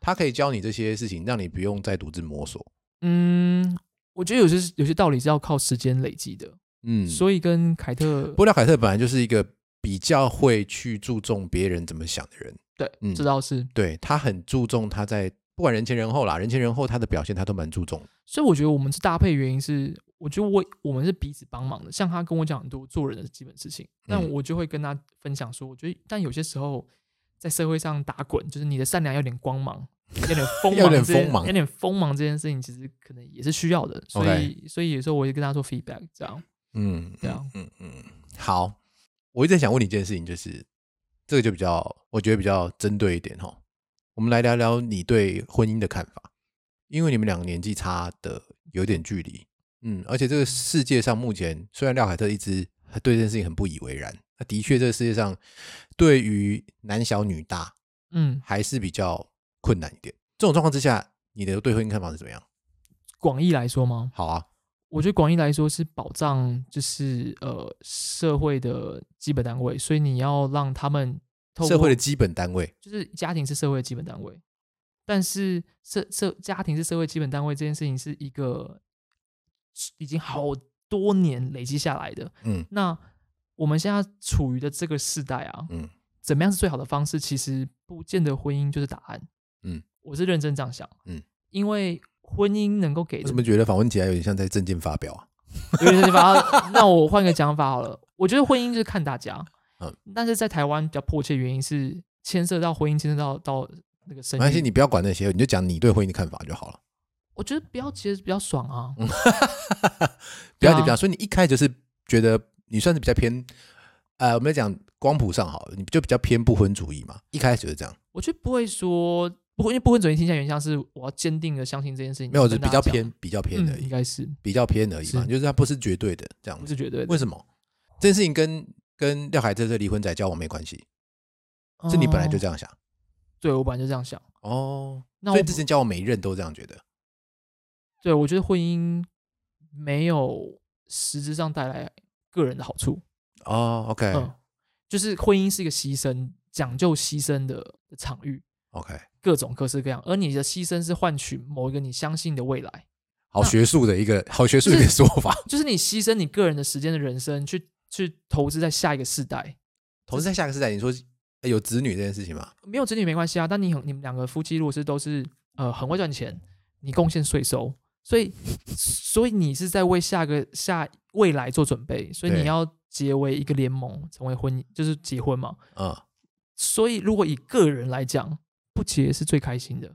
Speaker 1: 他可以教你这些事情，让你不用再独自摸索。
Speaker 2: 嗯，我觉得有些有些道理是要靠时间累积的，
Speaker 1: 嗯，
Speaker 2: 所以跟凯特
Speaker 1: 布拉凯特本来就是一个比较会去注重别人怎么想的人，
Speaker 2: 对
Speaker 1: 嗯，
Speaker 2: 这倒是。
Speaker 1: 对他很注重他在不管人前人后啦，人前人后他的表现他都蛮注重的。
Speaker 2: 所以我觉得我们是搭配，原因是我觉得我我们是彼此帮忙的。像他跟我讲很多做人的基本事情，但
Speaker 1: 嗯
Speaker 2: 我就会跟他分享说，我觉得但有些时候在社会上打滚，就是你的善良要点光芒，要点锋
Speaker 1: 要
Speaker 2: 芒
Speaker 1: 点
Speaker 2: 这件，
Speaker 1: 锋芒
Speaker 2: 要点锋芒这件事情，其实可能也是需要的。所以
Speaker 1: OK
Speaker 2: 所以有时候我会跟他做 feedback，这样
Speaker 1: 嗯，
Speaker 2: 对啊
Speaker 1: 嗯嗯嗯，好，我一直在想问你一件事情，就是这个就比较我觉得比较针对一点哈，我们来聊聊你对婚姻的看法，因为你们两个年纪差的有点距离，嗯，而且这个世界上目前虽然廖凯特一直对这件事情很不以为然，那的确这个世界上对于男小女大
Speaker 2: 嗯，
Speaker 1: 还是比较困难一点。这种状况之下，你的对婚姻看法是怎么样？
Speaker 2: 广义来说吗？
Speaker 1: 好啊，
Speaker 2: 我觉得广义来说是保障，就是呃社会的基本单位，所以你要让他们透过
Speaker 1: 社会的基本单位，
Speaker 2: 就是家庭是社会的基本单位，但是社社家庭是社会基本单位这件事情是一个已经好多年累积下来的。
Speaker 1: 嗯
Speaker 2: 那我们现在处于的这个时代啊，
Speaker 1: 嗯
Speaker 2: 怎么样是最好的方式？其实不见得婚姻就是答案。
Speaker 1: 嗯，
Speaker 2: 我是认真这样想。
Speaker 1: 嗯，
Speaker 2: 因为婚姻能够给
Speaker 1: 我
Speaker 2: 的
Speaker 1: 怎么觉得访问起来有点像在证件发表啊？
Speaker 2: 有点地方。那我换个讲法好了，我觉得婚姻就是看大家，
Speaker 1: 嗯
Speaker 2: 但是在台湾比较迫切，原因是牵涉到婚姻，牵涉到到那个生
Speaker 1: 没关系，
Speaker 2: 育。
Speaker 1: 你不要管那些，你就讲你对婚姻的看法就好了。
Speaker 2: 我觉得不要，其实比较爽啊。
Speaker 1: 嗯不要
Speaker 2: 对啊
Speaker 1: 就讲，所以你一开始就是觉得你算是比较偏，呃，我们来讲光谱上好了，你就比较偏不婚主义嘛。一开始就是这样，
Speaker 2: 我觉得不会说不会，因为不婚主义听起来原像是我要坚定的相信这件事情。
Speaker 1: 没有，就是
Speaker 2: 跟
Speaker 1: 比
Speaker 2: 大
Speaker 1: 较
Speaker 2: 家讲
Speaker 1: 偏，比较偏而
Speaker 2: 嗯，应
Speaker 1: 已，
Speaker 2: 该是
Speaker 1: 比较偏而已嘛，
Speaker 2: 是
Speaker 1: 就是它不是绝对的这样
Speaker 2: 不
Speaker 1: 子。
Speaker 2: 是绝对的？
Speaker 1: 为什么这件事情跟跟廖凯特这离婚仔交往没关系？
Speaker 2: 哦
Speaker 1: 是你本来就
Speaker 2: 样，
Speaker 1: 这样想
Speaker 2: 对我本来就这样想。
Speaker 1: 哦，
Speaker 2: 那
Speaker 1: 所
Speaker 2: 我
Speaker 1: 以之前交往每一任都这样觉得。
Speaker 2: 对我觉得婚姻没有实质上带来个人的好处。
Speaker 1: 哦，OK
Speaker 2: 嗯，就是婚姻是一个牺牲，讲究牺牲的场域。
Speaker 1: OK，
Speaker 2: 各种各式各样，而你的牺牲是换取某一个你相信的未来，
Speaker 1: 好
Speaker 2: 那
Speaker 1: 学术的一 个好学术的一个
Speaker 2: 就是
Speaker 1: 说 法，
Speaker 2: 就是你牺牲你个人的时间的人生去去投资在下一个世代。
Speaker 1: 投资在下个世代，你说呃有子女这件事情吗？
Speaker 2: 没有子女没关系啊，但你很你们两个夫妻如果是都是呃很会赚钱，你贡献税收，所以所以你是在为下个下未来做准备，所以
Speaker 1: 对
Speaker 2: 你要结为一个联盟，成为婚姻就是结婚嘛。
Speaker 1: 嗯
Speaker 2: 所以如果以个人来讲，不结是最开心的。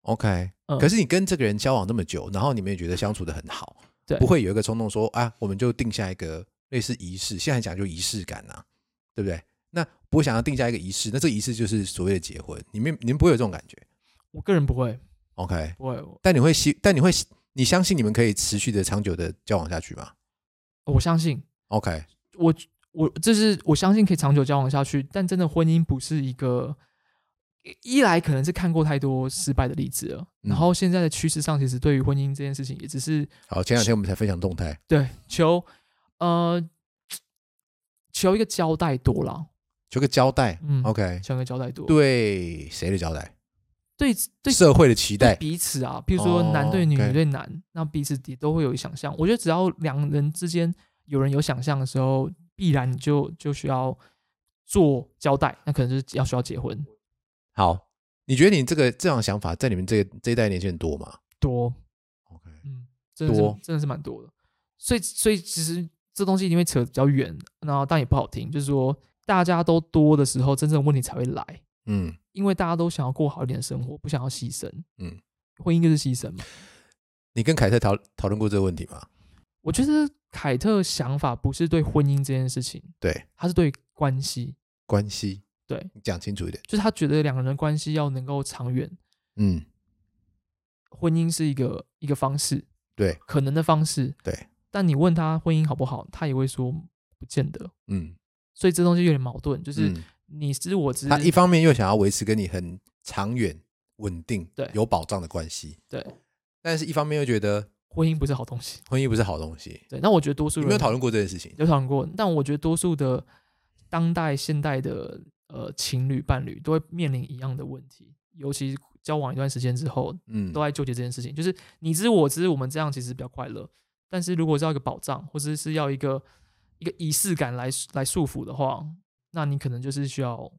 Speaker 1: ，OK。
Speaker 2: 嗯
Speaker 1: 可是你跟这个人交往那么久，然后你们也觉得相处的很好，
Speaker 2: 对
Speaker 1: 不会有一个冲动说啊，我们就定下一个类似仪式，现在讲究仪式感啊，对不对？那不会想要定下一个仪式，那这个仪式就是所谓的结婚，你们你们不会有这种感觉
Speaker 2: 我个人不会，
Speaker 1: ，OK？
Speaker 2: 不会，
Speaker 1: 但你会希，但你会你相信你们可以持续的长久的交往下去吗
Speaker 2: 我相信
Speaker 1: ？OK，
Speaker 2: 我我这是我相信可以长久交往下去，但真的婚姻不是一个，一一来可能是看过太多失败的例子了，
Speaker 1: 嗯
Speaker 2: 然后现在的趋势上，其实对于婚姻这件事情，也只是
Speaker 1: 好，前两天我们才分享动态，
Speaker 2: 对求呃求一个交代多啦，
Speaker 1: 求个交代、
Speaker 2: 嗯
Speaker 1: o k
Speaker 2: 求一个交代多，
Speaker 1: 哦对谁的交代？
Speaker 2: 对对
Speaker 1: 社会的期
Speaker 2: 对
Speaker 1: 待，
Speaker 2: 彼此啊，譬如说
Speaker 1: 哦
Speaker 2: 男对女，
Speaker 1: ，OK
Speaker 2: 女对男，那彼此也都会有想象。我觉得只要两人之间有人有想象的时候，必然就就需要做交代，那可能就是要需要结婚
Speaker 1: 好，你觉得你这个这样的想法在你们这个这一代年轻人多吗
Speaker 2: 多，
Speaker 1: ？OK，
Speaker 2: 嗯，真的
Speaker 1: 多
Speaker 2: 是真的是蛮多的。所以所以其实这东西一定会扯比较远，然后但也不好听，就是说大家都多的时候，真正的问题才会来，
Speaker 1: 嗯，
Speaker 2: 因为大家都想要过好一点的生活，不想要牺牲。
Speaker 1: 嗯，
Speaker 2: 婚姻就是牺牲嘛。
Speaker 1: 你跟凯特讨讨论过这个问题吗？
Speaker 2: 我觉得凯特想法不是对婚姻这件事情，
Speaker 1: 对，
Speaker 2: 他是对关系，
Speaker 1: 关系，
Speaker 2: 对，
Speaker 1: 你讲清楚一点。
Speaker 2: 就是他觉得两个人的关系要能够长远，
Speaker 1: 嗯，
Speaker 2: 婚姻是一个一个方式，
Speaker 1: 对，
Speaker 2: 可能的方式，
Speaker 1: 对。
Speaker 2: 但你问他婚姻好不好，他也会说不见得，
Speaker 1: 嗯，
Speaker 2: 所以这东西有点矛盾，就是
Speaker 1: 嗯
Speaker 2: 你知我知，
Speaker 1: 他一方面又想要维持跟你很长远、稳定、
Speaker 2: 对
Speaker 1: 有保障的关系，
Speaker 2: 对，
Speaker 1: 但是一方面又觉得
Speaker 2: 婚姻不是好东西，
Speaker 1: 婚姻不是好东西。
Speaker 2: 对。那我觉得多数
Speaker 1: 有
Speaker 2: 人
Speaker 1: 没有讨论过这件事情？
Speaker 2: 有讨论过，但我觉得多数的当代现代的呃情侣伴侣都会面临一样的问题，尤其是交往一段时间之后，
Speaker 1: 嗯
Speaker 2: 都在纠结这件事情，就是你知我知，我们这样其实比较快乐。但是如果是要一个保障，或者是要一个一个仪式感来来束缚的话，那你可能就是需要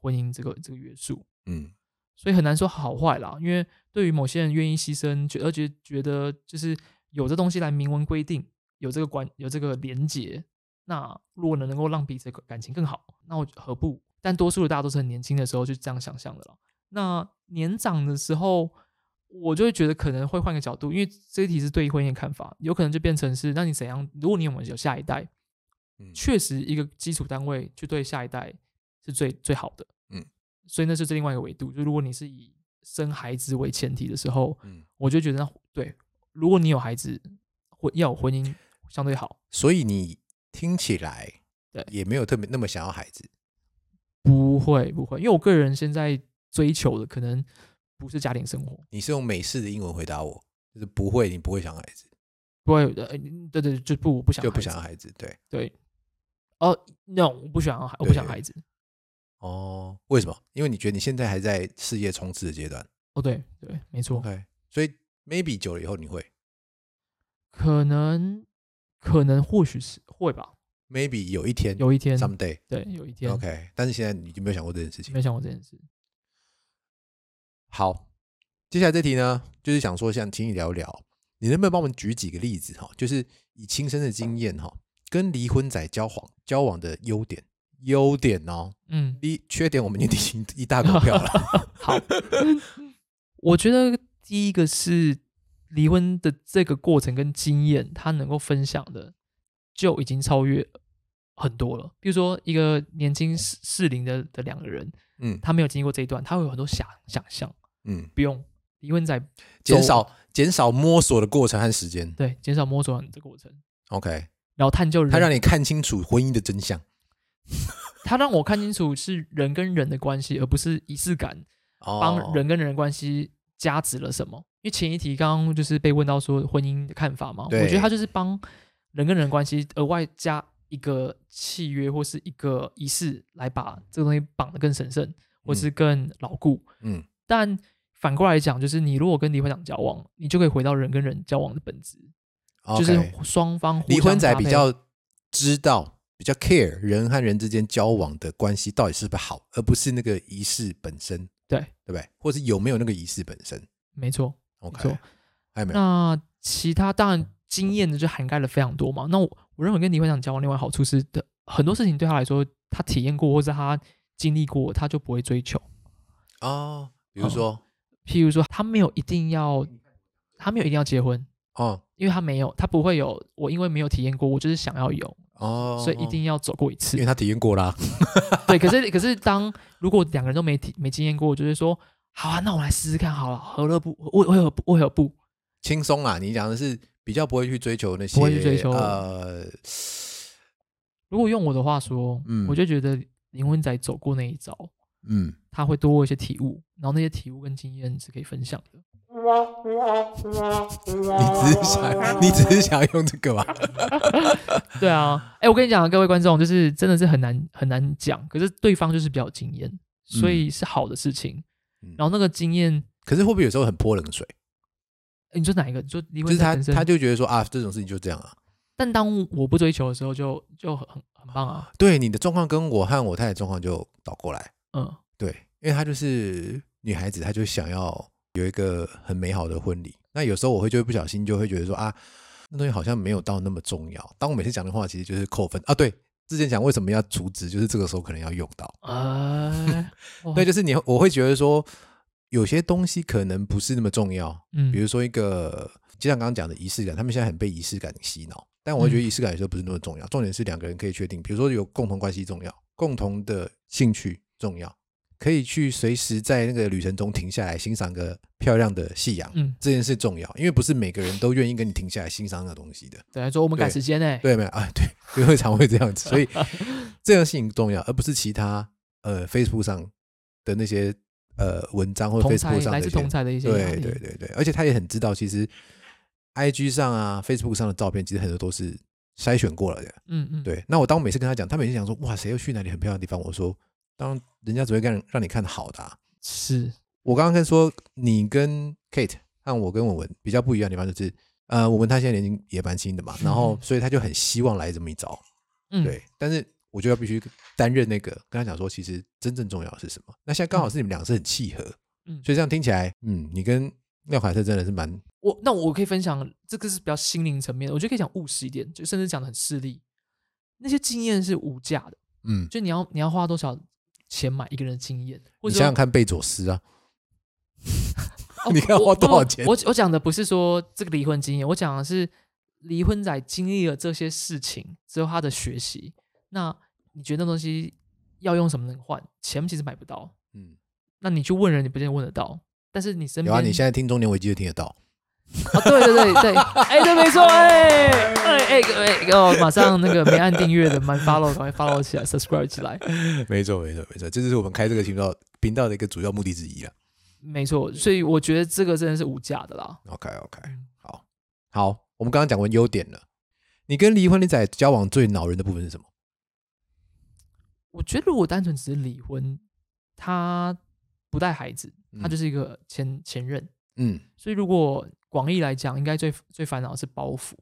Speaker 2: 婚姻这个这个约束。
Speaker 1: 嗯
Speaker 2: 所以很难说好坏啦，因为对于某些人愿意牺牲，觉而觉觉得就是有这东西来明文规定，有这个关有这个连结，那如果能能够让彼此的感情更好，那我何不？但多数的大家都是很年轻的时候就这样想象的了。那年长的时候，我就会觉得可能会换个角度，因为这一题是对婚姻的看法，有可能就变成是那你怎样？如果你有没有有下一代，
Speaker 1: 嗯
Speaker 2: 确实一个基础单位去对下一代是最最好的。
Speaker 1: 嗯，
Speaker 2: 所以那是另外一个维度。就如果你是以生孩子为前提的时候，
Speaker 1: 嗯，
Speaker 2: 我就觉得那对，如果你有孩子，婚要有婚姻相对好。
Speaker 1: 所以你听起来
Speaker 2: 对
Speaker 1: 也没有特别那么想要孩子，嗯
Speaker 2: 不会不会，因为我个人现在追求的可能不是家庭生活，
Speaker 1: 你是用美式的英文回答我，就是不会，你不会想孩子，
Speaker 2: 不会呃，对对，就不我不想
Speaker 1: 就不
Speaker 2: 孩
Speaker 1: 想
Speaker 2: 子
Speaker 1: 要孩子，对，
Speaker 2: 对。哦、n o 我不想要孩，我不想
Speaker 1: 对
Speaker 2: 孩子。
Speaker 1: 哦，为什么？因为你觉得你现在还在事业冲刺的阶段
Speaker 2: 哦，对对，没错，
Speaker 1: ，OK，所以 maybe 久了以后你会
Speaker 2: 可能可能或许是会吧，
Speaker 1: ，maybe 有一天
Speaker 2: 有一天，
Speaker 1: someday，OK，、
Speaker 2: 对，有一天
Speaker 1: OK，但是现在你就没有想过这件事情
Speaker 2: 没。有想过这件事。
Speaker 1: 好，接下来这题呢，就是想说想请你聊聊，你能不能帮我们举几个例子哈？就是以亲身的经验哈，跟离婚仔交往交往的优点，优点哦，
Speaker 2: 嗯，
Speaker 1: 一缺点我们已经提一大股票 了。
Speaker 2: 好，我觉得第一个是离婚的这个过程跟经验，他能够分享的就已经超越很多了。比如说，一个年轻适适龄的的两个人，
Speaker 1: 嗯
Speaker 2: 他没有经历过这一段，他会有很多想想象，
Speaker 1: 嗯，
Speaker 2: 不用离婚在
Speaker 1: 减少减少摸索的过程和时间。
Speaker 2: 对减少摸索的过程，
Speaker 1: OK，
Speaker 2: 然后探究人，
Speaker 1: 他让你看清楚婚姻的真相。
Speaker 2: 他让我看清楚是人跟人的关系，而不是仪式感
Speaker 1: 哦，
Speaker 2: 帮人跟人的关系加值了什么？因为前一题刚刚就是被问到说婚姻的看法嘛，我
Speaker 1: 对
Speaker 2: 觉得他就是帮人跟人的关系额外加一个契约或是一个仪式来把这个东西绑得更神圣，或是更牢固。
Speaker 1: 嗯
Speaker 2: 但反过来讲，就是你如果跟离婚党交往，你就可以回到人跟人交往的本质，
Speaker 1: o
Speaker 2: 就是 双方互相
Speaker 1: 离婚仔
Speaker 2: 搭
Speaker 1: 比
Speaker 2: 配
Speaker 1: 较知道。比较 care 人和人之间交往的关系到底是不是好，而不是那个仪式本身。
Speaker 2: 对，
Speaker 1: 对不对？或是有没有那个仪式本身
Speaker 2: 没错。
Speaker 1: ？OK，
Speaker 2: 错
Speaker 1: 还有没有？
Speaker 2: 那其他当然经验的就涵盖了非常多嘛。那我我认为跟李会长交往，另外好处是的，很多事情对他来说，他体验过或者他经历过，他就不会追求。
Speaker 1: 哦，比如说，
Speaker 2: 嗯譬如说，他没有一定要，他没有一定要结婚，
Speaker 1: 哦
Speaker 2: 因为他没有，他不会有我，因为没有体验过，我就是想要有，
Speaker 1: 哦，
Speaker 2: 所以一，定要走过一次
Speaker 1: 因为。他体验过啦。
Speaker 2: 对，可是可是当如果两个人都没体没经验过，就是说，好啊，那我们来试试看好了，何乐不为为何不为何不？
Speaker 1: 轻松啦。你讲的是比较不会去追求那些，
Speaker 2: 不会去追求
Speaker 1: 呃，
Speaker 2: 如果用我的话说，
Speaker 1: 嗯
Speaker 2: 我就觉得林文仔走过那一招，
Speaker 1: 嗯，
Speaker 2: 他会多一些体悟，然后那些体悟跟经验是可以分享 的。
Speaker 1: 你只是想，你只是想要用这个吧？
Speaker 2: 对啊，哎，我跟你讲，各位观众，就是真的是很难很难讲，可是对方就是比较有经验，所以是好的事情。
Speaker 1: 嗯
Speaker 2: 然后那个经验，
Speaker 1: 可是会不会有时候很泼冷水？
Speaker 2: 诶你说哪一个？你说离
Speaker 1: 就
Speaker 2: 婚
Speaker 1: 是
Speaker 2: 才
Speaker 1: 他
Speaker 2: 人生？
Speaker 1: 他就觉得说啊，这种事情就这样啊。
Speaker 2: 但当我不追求的时候就，就很很很棒啊。
Speaker 1: 对你的状况跟我和我太太状况就倒过来，
Speaker 2: 嗯，
Speaker 1: 对，因为她就是女孩子，她就想要有一个很美好的婚礼。那有时候我会就会不小心就会觉得说啊，那东西好像没有到那么重要。当我每次讲的话，其实就是扣分啊。对，之前讲为什么要除值，就是这个时候可能要用到。
Speaker 2: 哎， 哇
Speaker 1: 啊对，就是你我会觉得说，有些东西可能不是那么重要，
Speaker 2: 嗯，
Speaker 1: 比如说一个就像刚刚讲的仪式感，他们现在很被仪式感洗脑，但我会觉得
Speaker 2: 嗯
Speaker 1: 仪式感有时候不是那么重要，重点是两个人可以确定，比如说有共同关系重要，共同的兴趣重要，可以去随时在那个旅程中停下来欣赏个漂亮的夕阳，
Speaker 2: 嗯，
Speaker 1: 这件事重要，因为不是每个人都愿意跟你停下来欣赏那个东西的。
Speaker 2: 对，说我们赶
Speaker 1: 对
Speaker 2: 时间呢。
Speaker 1: 对没有啊？对，因为常会这样子， 所以这件事情重要，而不是其他呃 Facebook 上的那些呃文章或者
Speaker 2: 同才
Speaker 1: Facebook 上的
Speaker 2: 来
Speaker 1: 一
Speaker 2: 自
Speaker 1: 些。
Speaker 2: 同才的一些压
Speaker 1: 对
Speaker 2: 力
Speaker 1: 对对对，而且他也很知道，其实 IG 上啊、Facebook 上的照片，其实很多都是筛选过了的。
Speaker 2: 嗯嗯，
Speaker 1: 对，那我当我每次跟他讲，他每次讲说哇，谁又去哪里很漂亮的地方？我说，当然人家只会让让你看好的、啊，
Speaker 2: 是
Speaker 1: 我刚刚跟说你跟 Kate 和我跟文文比较不一样的地方就是，呃，文文他现在年龄也蛮轻的嘛，然 后所以他就很希望来这么一招，
Speaker 2: 嗯，
Speaker 1: 对，但是我就要必须担任那个跟他讲说，其实真正重要的是什么？那现在刚好是你们俩是很契合，
Speaker 2: 嗯
Speaker 1: 所以这样听起来，嗯，你跟廖凯特真的是蛮
Speaker 2: 我那我可以分享，这个是比较心灵层面的，我觉得可以讲务实一点，就甚至讲的很势利。那些经验是无价的，
Speaker 1: 嗯，
Speaker 2: 就你要你要花多少钱买一个人的经验，或
Speaker 1: 你
Speaker 2: 者
Speaker 1: 想想
Speaker 2: 说
Speaker 1: 看贝佐斯啊，
Speaker 2: 哦
Speaker 1: 你看
Speaker 2: 我
Speaker 1: 花多少
Speaker 2: 不
Speaker 1: 钱
Speaker 2: 我我讲的不是说这个离婚经验，我讲的是离婚仔经历了这些事情之后他的学习。那你觉得那东西要用什么能换？钱其实买不到，
Speaker 1: 嗯，
Speaker 2: 那你去问人，你不见得问得到。但是你身
Speaker 1: 有
Speaker 2: 边，
Speaker 1: 啊，你现在听中年危机就听得 到，
Speaker 2: 哦，对对对对，哎，对，没错，哎哎哎哎，哦，马上那个没按订阅的，蛮 follow，赶快 follow 起来，subscribe 起来，
Speaker 1: 没错没错没错，这就是我们开这个频道频道的一个主要目的之一啊。
Speaker 2: 没错。所以我觉得这个真的是无价的啦。
Speaker 1: OK OK，好
Speaker 2: 嗯
Speaker 1: 好，我们刚刚讲完优点了，你跟离婚的仔交往最恼人的部分是什么？
Speaker 2: 我觉得如果单纯只是离婚，他不带孩子，他就是一个前、前任。
Speaker 1: 嗯，
Speaker 2: 所以如果广义来讲，应该最最烦恼的是包袱。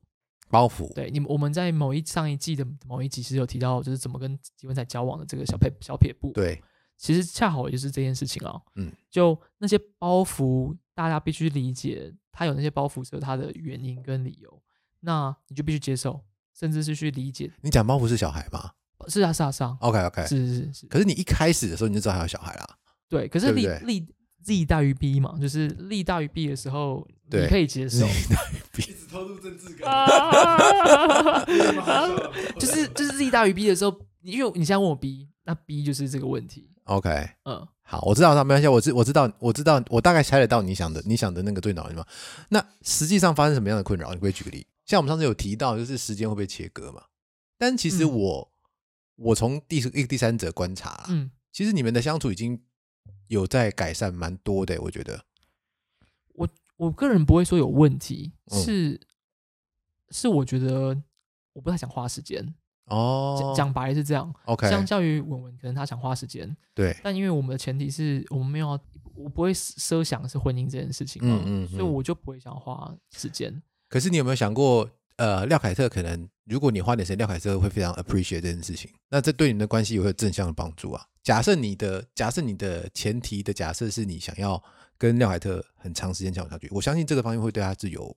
Speaker 1: 包袱，
Speaker 2: 对你们，我们在某一上一季的某一集是有提到，就是怎么跟结婚仔交往的这个小撇小撇步。
Speaker 1: 对，
Speaker 2: 其实恰好也是这件事情啊。
Speaker 1: 嗯，
Speaker 2: 就那些包袱，大家必须理解，他有那些包袱是有他的原因跟理由，那你就必须接受，甚至是去理解。
Speaker 1: 你讲包袱是小孩吗
Speaker 2: 是啊，是啊，是啊，
Speaker 1: ？OK OK，
Speaker 2: 是是是是，
Speaker 1: 可是你一开始的时候你就知道他有小孩啦，
Speaker 2: 对。可是
Speaker 1: 对不
Speaker 2: 利
Speaker 1: 对
Speaker 2: 利利大于弊嘛，就是利大于弊的时候，
Speaker 1: 对
Speaker 2: 你可以接受。
Speaker 3: 一直偷渡政治感，
Speaker 2: 啊就
Speaker 3: 就是
Speaker 2: 就是利大于弊的时候，你因为你现在问我 B，那 B 就是这个问题。
Speaker 1: OK，
Speaker 2: 嗯，
Speaker 1: 好，我知道他没关系，我知我知道我知道，我大概猜得到你想的你想的那个最恼人嘛。那实际上发生什么样的困扰？你可不可以举个例？像我们上次有提到，就是时间会被切割嘛。但其实
Speaker 2: 嗯
Speaker 1: 我、我从第一个第三者观察啦，
Speaker 2: 嗯，
Speaker 1: 其实你们的相处已经有在改善蛮多的，我觉得。
Speaker 2: 我个人不会说有问题，
Speaker 1: 嗯
Speaker 2: 是是我觉得我不太想花时间，
Speaker 1: 哦
Speaker 2: 讲，讲白是这样。
Speaker 1: OK，
Speaker 2: 相较于文文，可能他想花时间，
Speaker 1: 对，
Speaker 2: 但因为我们的前提是我们没有要，我不会设想是婚姻这件事情嘛，
Speaker 1: 嗯嗯嗯
Speaker 2: 所以我就不会想花时间。
Speaker 1: 可是你有没有想过，呃，廖凯特可能如果你花点时间，廖凯特会非常 appreciate 这件事情，那这对你们的关系也会有正向的帮助啊。假设你的假设你的前提的假设是你想要跟廖凯特很长时间交往下去，我相信这个方面会对他是有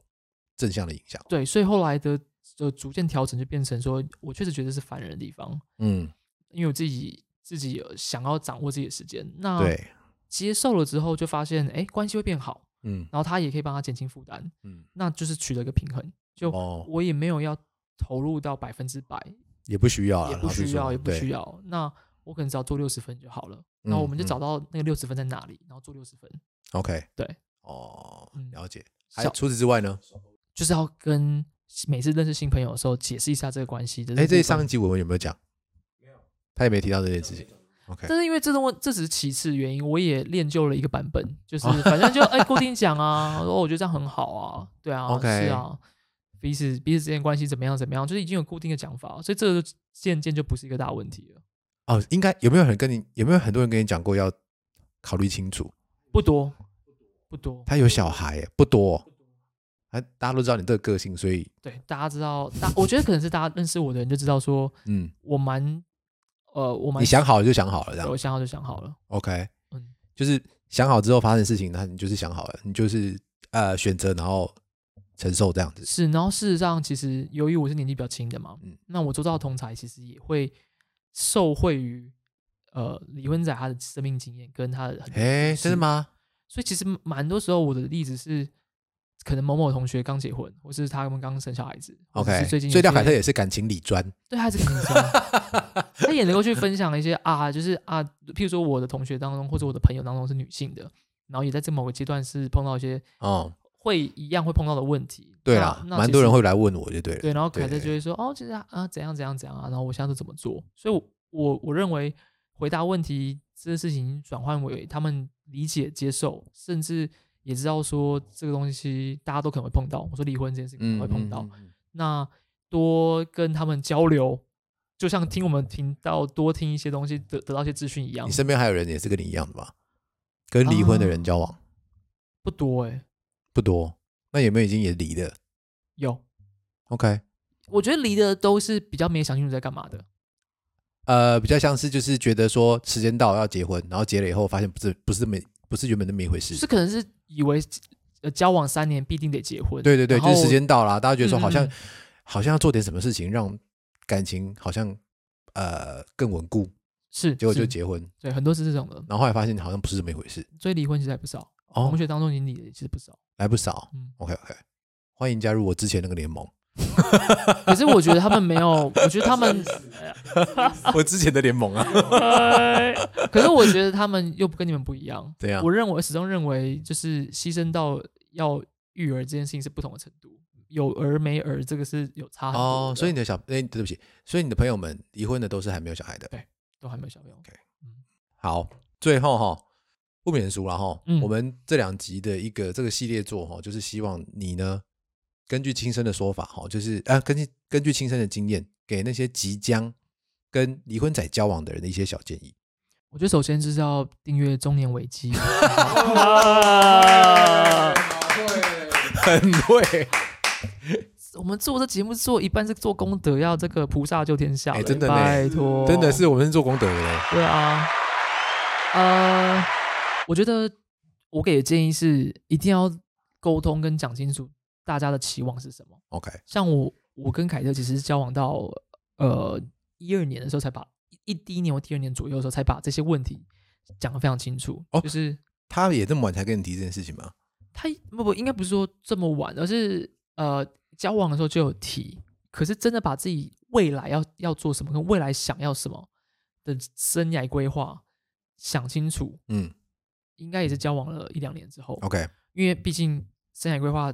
Speaker 1: 正向的影响。
Speaker 2: 对，所以后来的呃逐渐调整，就变成说我确实觉得是烦人的地方，
Speaker 1: 嗯，
Speaker 2: 因为我自己自己有想要掌握自己的时间，那
Speaker 1: 对，
Speaker 2: 接受了之后就发现，哎，关系会变好，
Speaker 1: 嗯
Speaker 2: 然后他也可以帮他减轻负担，
Speaker 1: 嗯，
Speaker 2: 那就是取得一个平衡。就
Speaker 1: 哦，
Speaker 2: 我也没有要投入到百分之百，
Speaker 1: 也不需要啊，
Speaker 2: 也不
Speaker 1: 老实
Speaker 2: 需要，
Speaker 1: 说
Speaker 2: 也不需
Speaker 1: 对
Speaker 2: 要。那我可能只要做六十分就好了。那我们就
Speaker 1: 嗯
Speaker 2: 找到那个六十分在哪里，然后做六十分，
Speaker 1: OK，
Speaker 2: 对，
Speaker 1: 哦
Speaker 2: 嗯，
Speaker 1: 了解。还
Speaker 2: 小
Speaker 1: 除此之外呢？
Speaker 2: 就是要跟每次认识新朋友的时候解释一下这个关系。就是
Speaker 1: 哎，这
Speaker 2: 部分
Speaker 1: 上一集我们有没有讲？他也没提到这件事情。OK，
Speaker 2: 但是因为这种问，这只是其次原因，我也练就了一个版 本，就是反正就哎固定讲啊， 然后我觉得这样很好啊，对啊
Speaker 1: OK
Speaker 2: 是啊，彼此彼此之间关系怎么样怎么样，就是已经有固定的讲法了，所以这个就渐渐就不是一个大问题了，
Speaker 1: 哦，应该有没有人跟你有没有很多人跟你讲过要考虑清楚？
Speaker 2: 不多不多，
Speaker 1: 他有小孩耶，不多。啊，大家都知道你这个个性，所以
Speaker 2: 对，大家知道，大我觉得可能是大家认识我的人就知道说
Speaker 1: 嗯，
Speaker 2: 我蛮呃我蛮
Speaker 1: 你想好了就想好了，这
Speaker 2: 对
Speaker 1: 样
Speaker 2: 我想好就想好了，
Speaker 1: OK。
Speaker 2: 嗯
Speaker 1: 就是想好之后发生事情，那你就是想好了，你就是呃选择然后承受这样子。
Speaker 2: 是，然后事实上，其实由于我是年纪比较轻的嘛，
Speaker 1: 嗯
Speaker 2: 那我周遭的同才其实也会受惠于呃离婚仔他的生命经验跟他的很多
Speaker 1: 哎，
Speaker 2: 故事
Speaker 1: 真的？吗？
Speaker 2: 所以其实蛮多时候我的例子是，可能某某同学刚结婚，或是他们刚生小孩子或者
Speaker 1: OK，
Speaker 2: 是最近有
Speaker 1: 所以廖
Speaker 2: 些
Speaker 1: 凯特也是感情理专，
Speaker 2: 对他是很专，他也能够去分享一些啊，就是啊，譬如说我的同学当中或者我的朋友当中是女性的，然后也在这某个阶段是碰到一些
Speaker 1: 哦，会
Speaker 2: 会一样会碰到的问题。
Speaker 1: 对
Speaker 2: 啊
Speaker 1: 啦，，
Speaker 2: 那
Speaker 1: 蛮
Speaker 2: 其
Speaker 1: 多人
Speaker 2: 实
Speaker 1: 会来问我就对了。
Speaker 2: 对，然后
Speaker 1: 对
Speaker 2: 凯特
Speaker 1: 对
Speaker 2: 就会说哦，其实啊啊怎样怎样怎样啊，然后我现在是怎么做？所以我，我我认为回答问题这件事情转换为他们理解、接受，甚至也知道说这个东西大家都可能会碰到。我说离婚这件事情
Speaker 1: 嗯，
Speaker 2: 可能会碰到，
Speaker 1: 嗯，嗯嗯
Speaker 2: 那多跟他们交流，就像听我们频道多听一些东西，得得到一些资讯一样啊
Speaker 1: 你。身边还有人也是跟你一样的吧？跟离婚的人交往
Speaker 2: 不多哎、
Speaker 1: 不多。那有没有已经也离的
Speaker 2: 有。
Speaker 1: ？OK，
Speaker 2: 我觉得离的都是比较没想清楚在干嘛的，
Speaker 1: 呃，比较像是就是觉得说时间到了要结婚，然后结了以后发现不是不是这么不是原本那么一回事
Speaker 2: 就。是可能是以为呃交往三年必定得结婚，
Speaker 1: 对对对，
Speaker 2: 然
Speaker 1: 就
Speaker 2: 后
Speaker 1: 是时间到了，大家觉得说好像
Speaker 2: 嗯嗯
Speaker 1: 好像要做点什么事情让感情好像呃更稳固，
Speaker 2: 是
Speaker 1: 结果就是结婚，
Speaker 2: 对很多是这种的，
Speaker 1: 然后后来发现好像不是这么一回事。
Speaker 2: 所以离婚其实还不少，
Speaker 1: 哦
Speaker 2: 同学当中已经离了其实不少，
Speaker 1: 来不少。
Speaker 2: 嗯
Speaker 1: OK OK，欢迎加入我之前那个联盟。
Speaker 2: 可是我觉得他们没有，我觉得他们，
Speaker 1: 我之前的联盟啊，
Speaker 2: 可是我觉得他们又不跟你们不一样，
Speaker 1: 怎样
Speaker 2: 我？认为始终认为就是牺牲到要育儿这件事情是不同的程度，有儿没儿这个是有差很多
Speaker 1: 哦，
Speaker 2: 的
Speaker 1: 所以你的小，哎、对不起，所以你的朋友们离婚的都是还没有小孩的。
Speaker 2: 都还没有小朋友，
Speaker 1: 好，最后哈，不免俗了哈，
Speaker 2: 嗯
Speaker 1: 我们这两集的一个这个系列作哈，就是希望你呢，根据亲身的说法哈，就是啊，根据根据亲身的经验，给那些即将跟离婚仔交往的人的一些小建 议。
Speaker 2: 我觉得首先就是要订阅《中年危机》
Speaker 3: 啊，对，
Speaker 1: 很会，
Speaker 2: 我们做这节目做一半是做功德，要这个菩萨救天下了、
Speaker 1: 哎真的呢
Speaker 2: 拜托，
Speaker 1: 真的是我们是做功德的嘞。
Speaker 2: 对啊，呃，我觉得我给的建议是一定要沟通跟讲清楚大家的期望是什么。
Speaker 1: OK，
Speaker 2: 像我，我跟凯特其实交往到呃一二年的时候，才把一第一年或第二年左右的时候，才把这些问题讲得非常清楚。
Speaker 1: 哦
Speaker 2: 就是
Speaker 1: 他也这么晚才跟你提这件事情吗？
Speaker 2: 他不不应该不是说这么晚，而是呃交往的时候就有提，可是真的把自己未来要要做什么，跟未来想要什么的生涯规划想清楚，
Speaker 1: 嗯
Speaker 2: 应该也是交往了一两年之后，
Speaker 1: ，OK，
Speaker 2: 因为毕竟生涯规划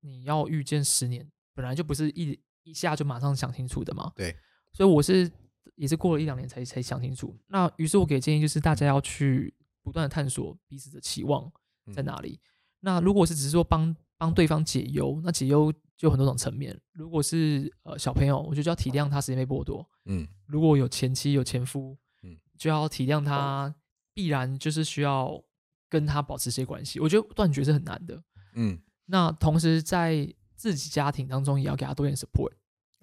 Speaker 2: 你要预见十年，本来就不是一一下就马上想清楚的嘛。
Speaker 1: 对，
Speaker 2: 所以我是也是过了一两年才才想清楚。那于是我给的建议就是大家要去不断的探索彼此的期望在哪里。那如果是只是说帮帮对方解忧，那解忧就有很多种层面。如果是呃小朋友，我觉得就要体谅他时间被剥夺。
Speaker 1: 嗯
Speaker 2: 如果有前妻有前夫，
Speaker 1: 嗯
Speaker 2: 就要体谅他，必然就是需要跟他保持一些关系。我觉得断绝是很难的。
Speaker 1: 嗯，
Speaker 2: 那同时在自己家庭当中，也要给他多一点 support。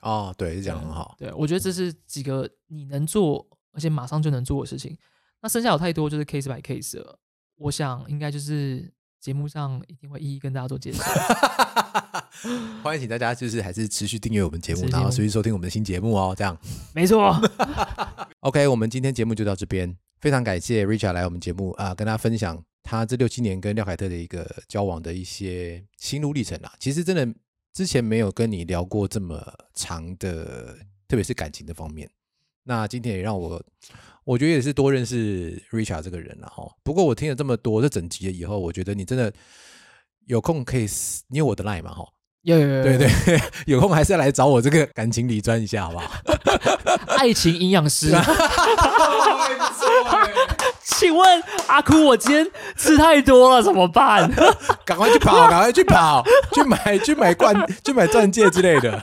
Speaker 1: 哦，对，这讲得很好。
Speaker 2: 对，我觉得这是几个你能做，而且马上就能做的事情。那剩下有太多就是 case by case 了，我想应该就是节目上一定会一一跟大家做 介绍。
Speaker 1: 欢迎请大家就是还是持续订阅我们节目
Speaker 2: 嗯持，续
Speaker 1: 然后
Speaker 2: 订阅
Speaker 1: 持续收听我们的新节目哦。这样
Speaker 2: 没错，
Speaker 1: ，OK，我们今天节目就到这边，非常感谢 Richard 来我们节目啊、跟大家分享他这六七年跟廖凯特的一个交往的一些心路历程啦。其实真的之前没有跟你聊过这么长的，特别是感情的方面。那今天也让我，我觉得也是多认识 Richard 这个人了啊哈。不过我听了这么多这整集了以后，我觉得你真的有空可以私，你有我的 line 嘛哈？
Speaker 2: 有有有，
Speaker 1: 对对，有空还是要来找我这个感情理专一下，好不好？
Speaker 2: 爱情营养 师，
Speaker 3: 还不错哎，
Speaker 2: 请问阿哭，我今天吃太多了怎么办？
Speaker 1: 赶快去跑，赶快去跑，去买去买冠，去买钻戒之类的。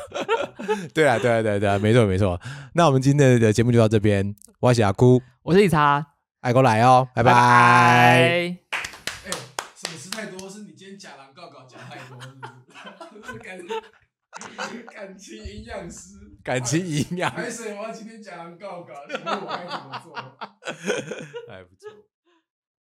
Speaker 1: 对啊，对啊，对啊，对啊，没错没错。那我们今天的节目就到这边，我是阿姑，
Speaker 2: 我是理查，
Speaker 1: 爱过来哦，拜拜
Speaker 3: 哎，什么吃太多？是你今天假狼告告讲太多，是不是？ 感感情营 养师，哎
Speaker 1: 感情营养，
Speaker 3: 还是我要今天假狼告告，请问我该怎么做？
Speaker 1: 哎，不错。